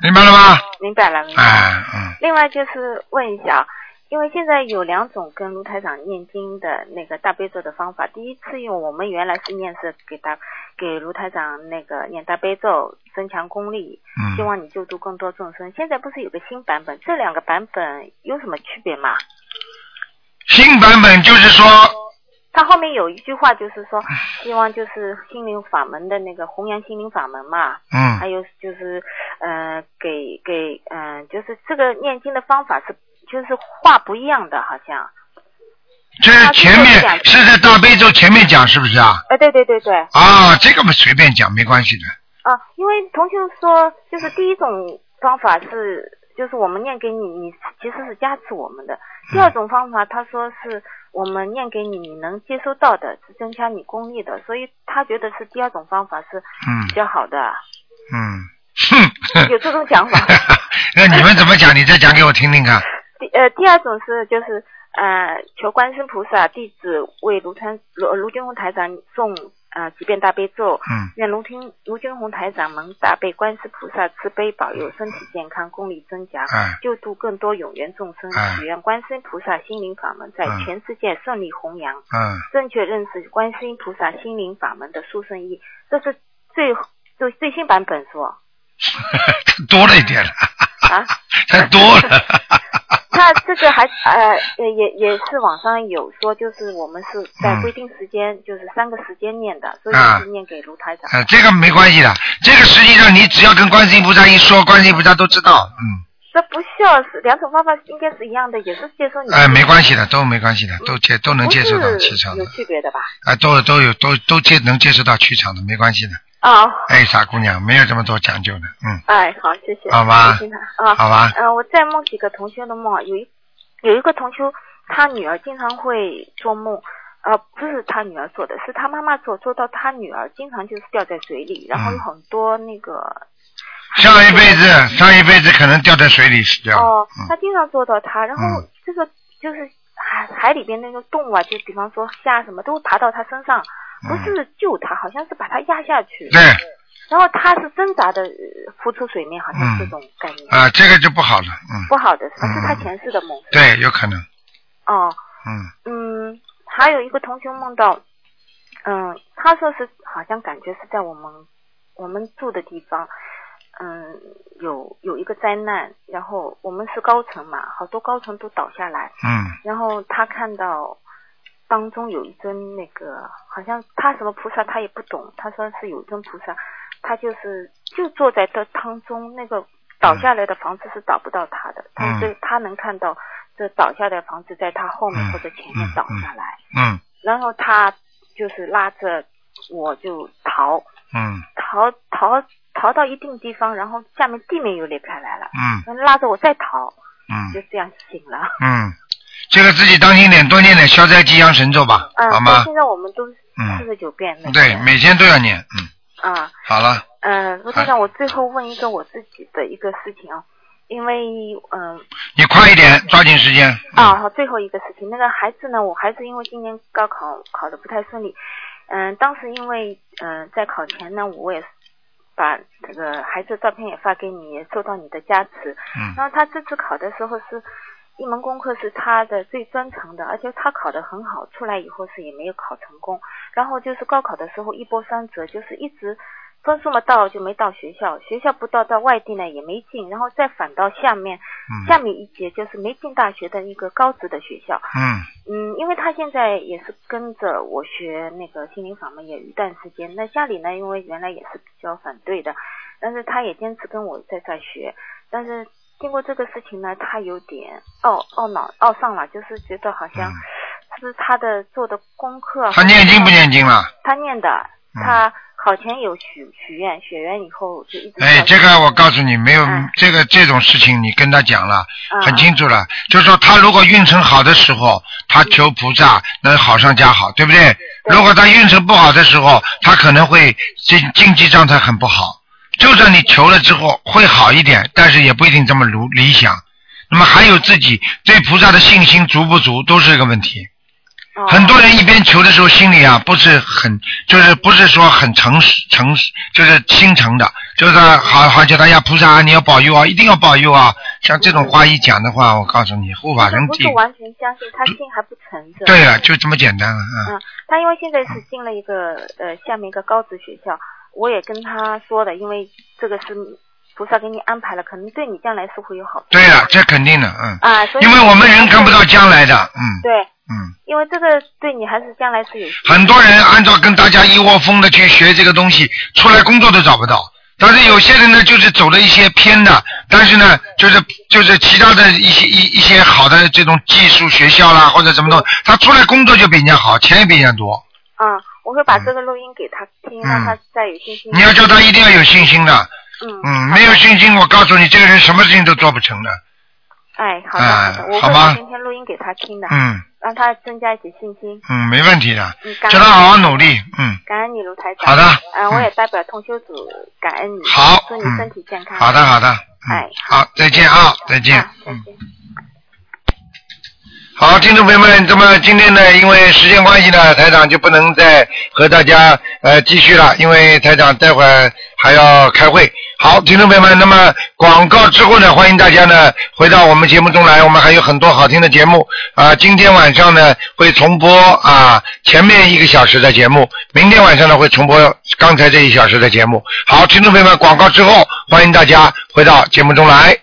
[SPEAKER 2] 明白了吗？
[SPEAKER 11] 明白了，明白了。
[SPEAKER 2] 哎，嗯，
[SPEAKER 11] 另外就是问一下啊，因为现在有两种跟卢台长念经的那个大悲咒的方法。第一次用我们原来是念是给大给卢台长那个念大悲咒，增强功力，
[SPEAKER 2] 嗯
[SPEAKER 11] 希望你救度更多众生。现在不是有个新版本，这两个版本有什么区别吗？
[SPEAKER 2] 新版本就是说，
[SPEAKER 11] 他后面有一句话，就是说希望就是心灵法门的那个弘扬心灵法门嘛，
[SPEAKER 2] 嗯
[SPEAKER 11] 还有就是呃给给嗯、呃就是这个念经的方法是就是话不一样的，好像，
[SPEAKER 2] 这是前面是在大悲咒前面讲，是不是啊？
[SPEAKER 11] 哎、对对对对，
[SPEAKER 2] 啊，这个嘛随便讲没关系的。
[SPEAKER 11] 啊，因为同学说，就是第一种方法是，就是我们念给你，你其实是加持我们的；第二种方法，他说是我们念给你，你能接收到的，是增强你功力的，所以他觉得是第二种方法是
[SPEAKER 2] 嗯
[SPEAKER 11] 比较好的，啊
[SPEAKER 2] 嗯，哼，
[SPEAKER 11] 有这种讲法。
[SPEAKER 2] 那你们怎么讲？你再讲给我听听看。
[SPEAKER 11] 第呃，第二种是就是呃，求观世音菩萨弟子为卢台卢卢军红台长送啊、呃、几遍大悲咒，
[SPEAKER 2] 嗯
[SPEAKER 11] 愿卢天卢军红台长蒙大悲观世菩萨慈悲保佑身体健康，功力增强，
[SPEAKER 2] 哎
[SPEAKER 11] 救度更多有缘众生，
[SPEAKER 2] 哎
[SPEAKER 11] 许愿观世音菩萨心灵法门在
[SPEAKER 2] 嗯
[SPEAKER 11] 全世界顺利弘扬，
[SPEAKER 2] 嗯
[SPEAKER 11] 正确认识观世音菩萨心灵法门的殊胜意义，这是最最最新版本是吧？
[SPEAKER 2] 多了一点了，
[SPEAKER 11] 啊，
[SPEAKER 2] 太多了。
[SPEAKER 11] 那这个还呃呃也也是网上有说，就是我们是在
[SPEAKER 2] 嗯
[SPEAKER 11] 规定时间，就是三个时间念的，所以
[SPEAKER 2] 啊
[SPEAKER 11] 是念给卢台长。
[SPEAKER 2] 呃，这个没关系的，这个实际上你只要跟观世音菩萨一说，观世音菩萨都知道，嗯，
[SPEAKER 11] 这不需要是两种方法应该是一样的，也是接受你。
[SPEAKER 2] 哎、没关系的，都没关系的，都接都
[SPEAKER 11] 嗯不
[SPEAKER 2] 能接受到
[SPEAKER 11] 是
[SPEAKER 2] 气场的
[SPEAKER 11] 有，区别的吧？
[SPEAKER 2] 啊、都都有都都接能接受到气场的，没关系的。
[SPEAKER 11] 啊、
[SPEAKER 2] 哎，傻姑娘，没有这么多讲究的，嗯，
[SPEAKER 11] 哎，好，谢谢。
[SPEAKER 2] 好吧
[SPEAKER 11] 谢谢他啊，
[SPEAKER 2] 好吧
[SPEAKER 11] 呃，我再梦几个同学的梦啊，有一有一个同学，他女儿经常会做梦，呃，不是他女儿做的，是他妈妈做，做到他女儿经常就是掉在水里，然后有
[SPEAKER 2] 嗯
[SPEAKER 11] 很多那个、
[SPEAKER 2] 上一辈子上一辈子可能掉在水里死掉了，
[SPEAKER 11] 哦，
[SPEAKER 2] 嗯
[SPEAKER 11] 他经常做到他，然后
[SPEAKER 2] 嗯
[SPEAKER 11] 这个就是海海里边那个动物啊，就比方说虾什么，都会爬到他身上，不是救他，好像是把他压下去。
[SPEAKER 2] 嗯对。
[SPEAKER 11] 然后他是挣扎的浮出水面，好像是
[SPEAKER 2] 嗯
[SPEAKER 11] 这种概念。
[SPEAKER 2] 啊、这个就不好了，嗯，
[SPEAKER 11] 不好的是吧？
[SPEAKER 2] 嗯
[SPEAKER 11] 是他前世的梦。
[SPEAKER 2] 对，有可能，
[SPEAKER 11] 哦，
[SPEAKER 2] 嗯
[SPEAKER 11] 嗯，还有一个同学梦到，嗯，他说是好像感觉是在我们我们住的地方，嗯，有有一个灾难，然后我们是高层嘛，好多高层都倒下来，
[SPEAKER 2] 嗯
[SPEAKER 11] 然后他看到当中有一尊那个，好像他什么菩萨他也不懂，他说是有一尊菩萨，他就是就坐在这当中，那个倒下来的房子是找不到他
[SPEAKER 2] 嗯
[SPEAKER 11] 的，但是他能看到这倒下来的房子在他后面或者前面倒下来，
[SPEAKER 2] 嗯
[SPEAKER 11] 然后他就是拉着我就逃
[SPEAKER 2] 嗯
[SPEAKER 11] 逃逃逃到一定地方，然后下面地面又裂开来了，
[SPEAKER 2] 嗯
[SPEAKER 11] 然后拉着我再逃，
[SPEAKER 2] 嗯
[SPEAKER 11] 就这样醒了。
[SPEAKER 2] 嗯，这个自己当心点，多念点消灾吉祥神咒吧，
[SPEAKER 11] 嗯，
[SPEAKER 2] 好
[SPEAKER 11] 到
[SPEAKER 2] 吗？
[SPEAKER 11] 现在我们都
[SPEAKER 2] 嗯
[SPEAKER 11] 四十九遍了。
[SPEAKER 2] 对，每天都要念，嗯，
[SPEAKER 11] 啊，
[SPEAKER 2] 好了，
[SPEAKER 11] 嗯，罗队
[SPEAKER 2] 好
[SPEAKER 11] 长，我最后问一个我自己的一个事情啊，因为嗯、
[SPEAKER 2] 你快一点，抓紧时间，
[SPEAKER 11] 啊，好，最后一个事情，那个孩子呢，我孩子因为今年高考考的不太顺利，嗯、当时因为嗯、呃在考前呢，我也把这个孩子的照片也发给你，也受到你的加持，
[SPEAKER 2] 嗯
[SPEAKER 11] 然后他这次考的时候是。一门功课是他的最专长的，而且他考得很好，出来以后是也没有考成功。然后就是高考的时候一波三折，就是一直分数嘛到就没到学校，学校不到到外地呢也没进，然后再反到下面
[SPEAKER 2] 嗯
[SPEAKER 11] 下面一节就是没进大学的一个高职的学校。
[SPEAKER 2] 嗯
[SPEAKER 11] 嗯，因为他现在也是跟着我学那个心灵法门也有一段时间，那家里呢，因为原来也是比较反对的，但是他也坚持跟我在在学，但是经过这个事情呢，他有点懊懊恼懊丧了，就是觉得好像是不是他的做的功课啊，
[SPEAKER 2] 嗯他念经不念经了？
[SPEAKER 11] 他念的，
[SPEAKER 2] 嗯
[SPEAKER 11] 他考前有许许愿，许愿以后就一直
[SPEAKER 2] 哎，
[SPEAKER 11] 到
[SPEAKER 2] 这个我告诉你，没有
[SPEAKER 11] 嗯
[SPEAKER 2] 这个这种事情，你跟他讲了，
[SPEAKER 11] 嗯
[SPEAKER 2] 很清楚了。就是说，他如果运程好的时候，他求菩萨能好上加好，对不对？如果他运程不好的时候，他可能会经经济状态很不好。就算你求了之后会好一点，但是也不一定这么如理想。那么还有自己对菩萨的信心足不足，都是一个问题。
[SPEAKER 11] 嗯哦
[SPEAKER 2] 很多人一边求的时候，心里啊不是很，就是不是说很诚实诚实，就是心诚的，就是他好好求他呀，菩萨啊，你要保佑啊，一定要保佑啊。像这种话一讲的话，我告诉你，护法
[SPEAKER 11] 他
[SPEAKER 2] 神
[SPEAKER 11] 嗯不啊
[SPEAKER 2] 地
[SPEAKER 11] 是。完全相信，他心还不诚实。
[SPEAKER 2] 对了，就这么简单了，嗯
[SPEAKER 11] 嗯，他因为现在是进了一个呃下面一个高职学校，我也跟他说的，因为这个是菩萨给你安排了，可能对你将来是会有好处
[SPEAKER 2] 对了，这肯定的，嗯，
[SPEAKER 11] 啊。所以
[SPEAKER 2] 因为我们人看不到将来的，嗯
[SPEAKER 11] 对，
[SPEAKER 2] 嗯，
[SPEAKER 11] 因为这个对你还是将来是有
[SPEAKER 2] 很多人按照跟大家一窝蜂的去学这个东西，出来工作都找不到。但是有些人呢，就是走了一些偏的，但是呢，就是就是其他的一些一一些好的这种技术学校啦，或者什么东西，他出来工作就比人家好，钱也比人家多。
[SPEAKER 11] 啊、我会把这个录音给他听，
[SPEAKER 2] 嗯
[SPEAKER 11] 让他再有信心。
[SPEAKER 2] 你要叫他一定要有信心的，
[SPEAKER 11] 嗯，
[SPEAKER 2] 嗯，没有信心，我告诉你，这个人什么事情都做不成的，
[SPEAKER 11] 哎，好的
[SPEAKER 2] 哎
[SPEAKER 11] 好的，我
[SPEAKER 2] 好
[SPEAKER 11] 会
[SPEAKER 2] 吗
[SPEAKER 11] 把今天录音给他听的，
[SPEAKER 2] 嗯
[SPEAKER 11] 让他增加一些信心。
[SPEAKER 2] 嗯，没问题的，
[SPEAKER 11] 嗯，感
[SPEAKER 2] 叫
[SPEAKER 11] 恩
[SPEAKER 2] 他好好努力，嗯，
[SPEAKER 11] 感恩你卢台长。
[SPEAKER 2] 好的
[SPEAKER 11] 嗯、我
[SPEAKER 2] 嗯
[SPEAKER 11] 也代表同修组感恩你。
[SPEAKER 2] 好
[SPEAKER 11] 祝你
[SPEAKER 2] 嗯
[SPEAKER 11] 身体健康。
[SPEAKER 2] 好的好的，啊
[SPEAKER 11] 哎啊
[SPEAKER 2] 嗯嗯，好，再见啊，再见，嗯。好，听众朋友们，那么今天呢，因为时间关系呢，台长就不能再和大家呃继续了，因为台长待会儿还要开会。好，听众朋友们，那么广告之后呢，欢迎大家呢回到我们节目中来，我们还有很多好听的节目啊、今天晚上呢会重播啊前面一个小时的节目，明天晚上呢会重播刚才这一小时的节目。好，听众朋友们，广告之后欢迎大家回到节目中来。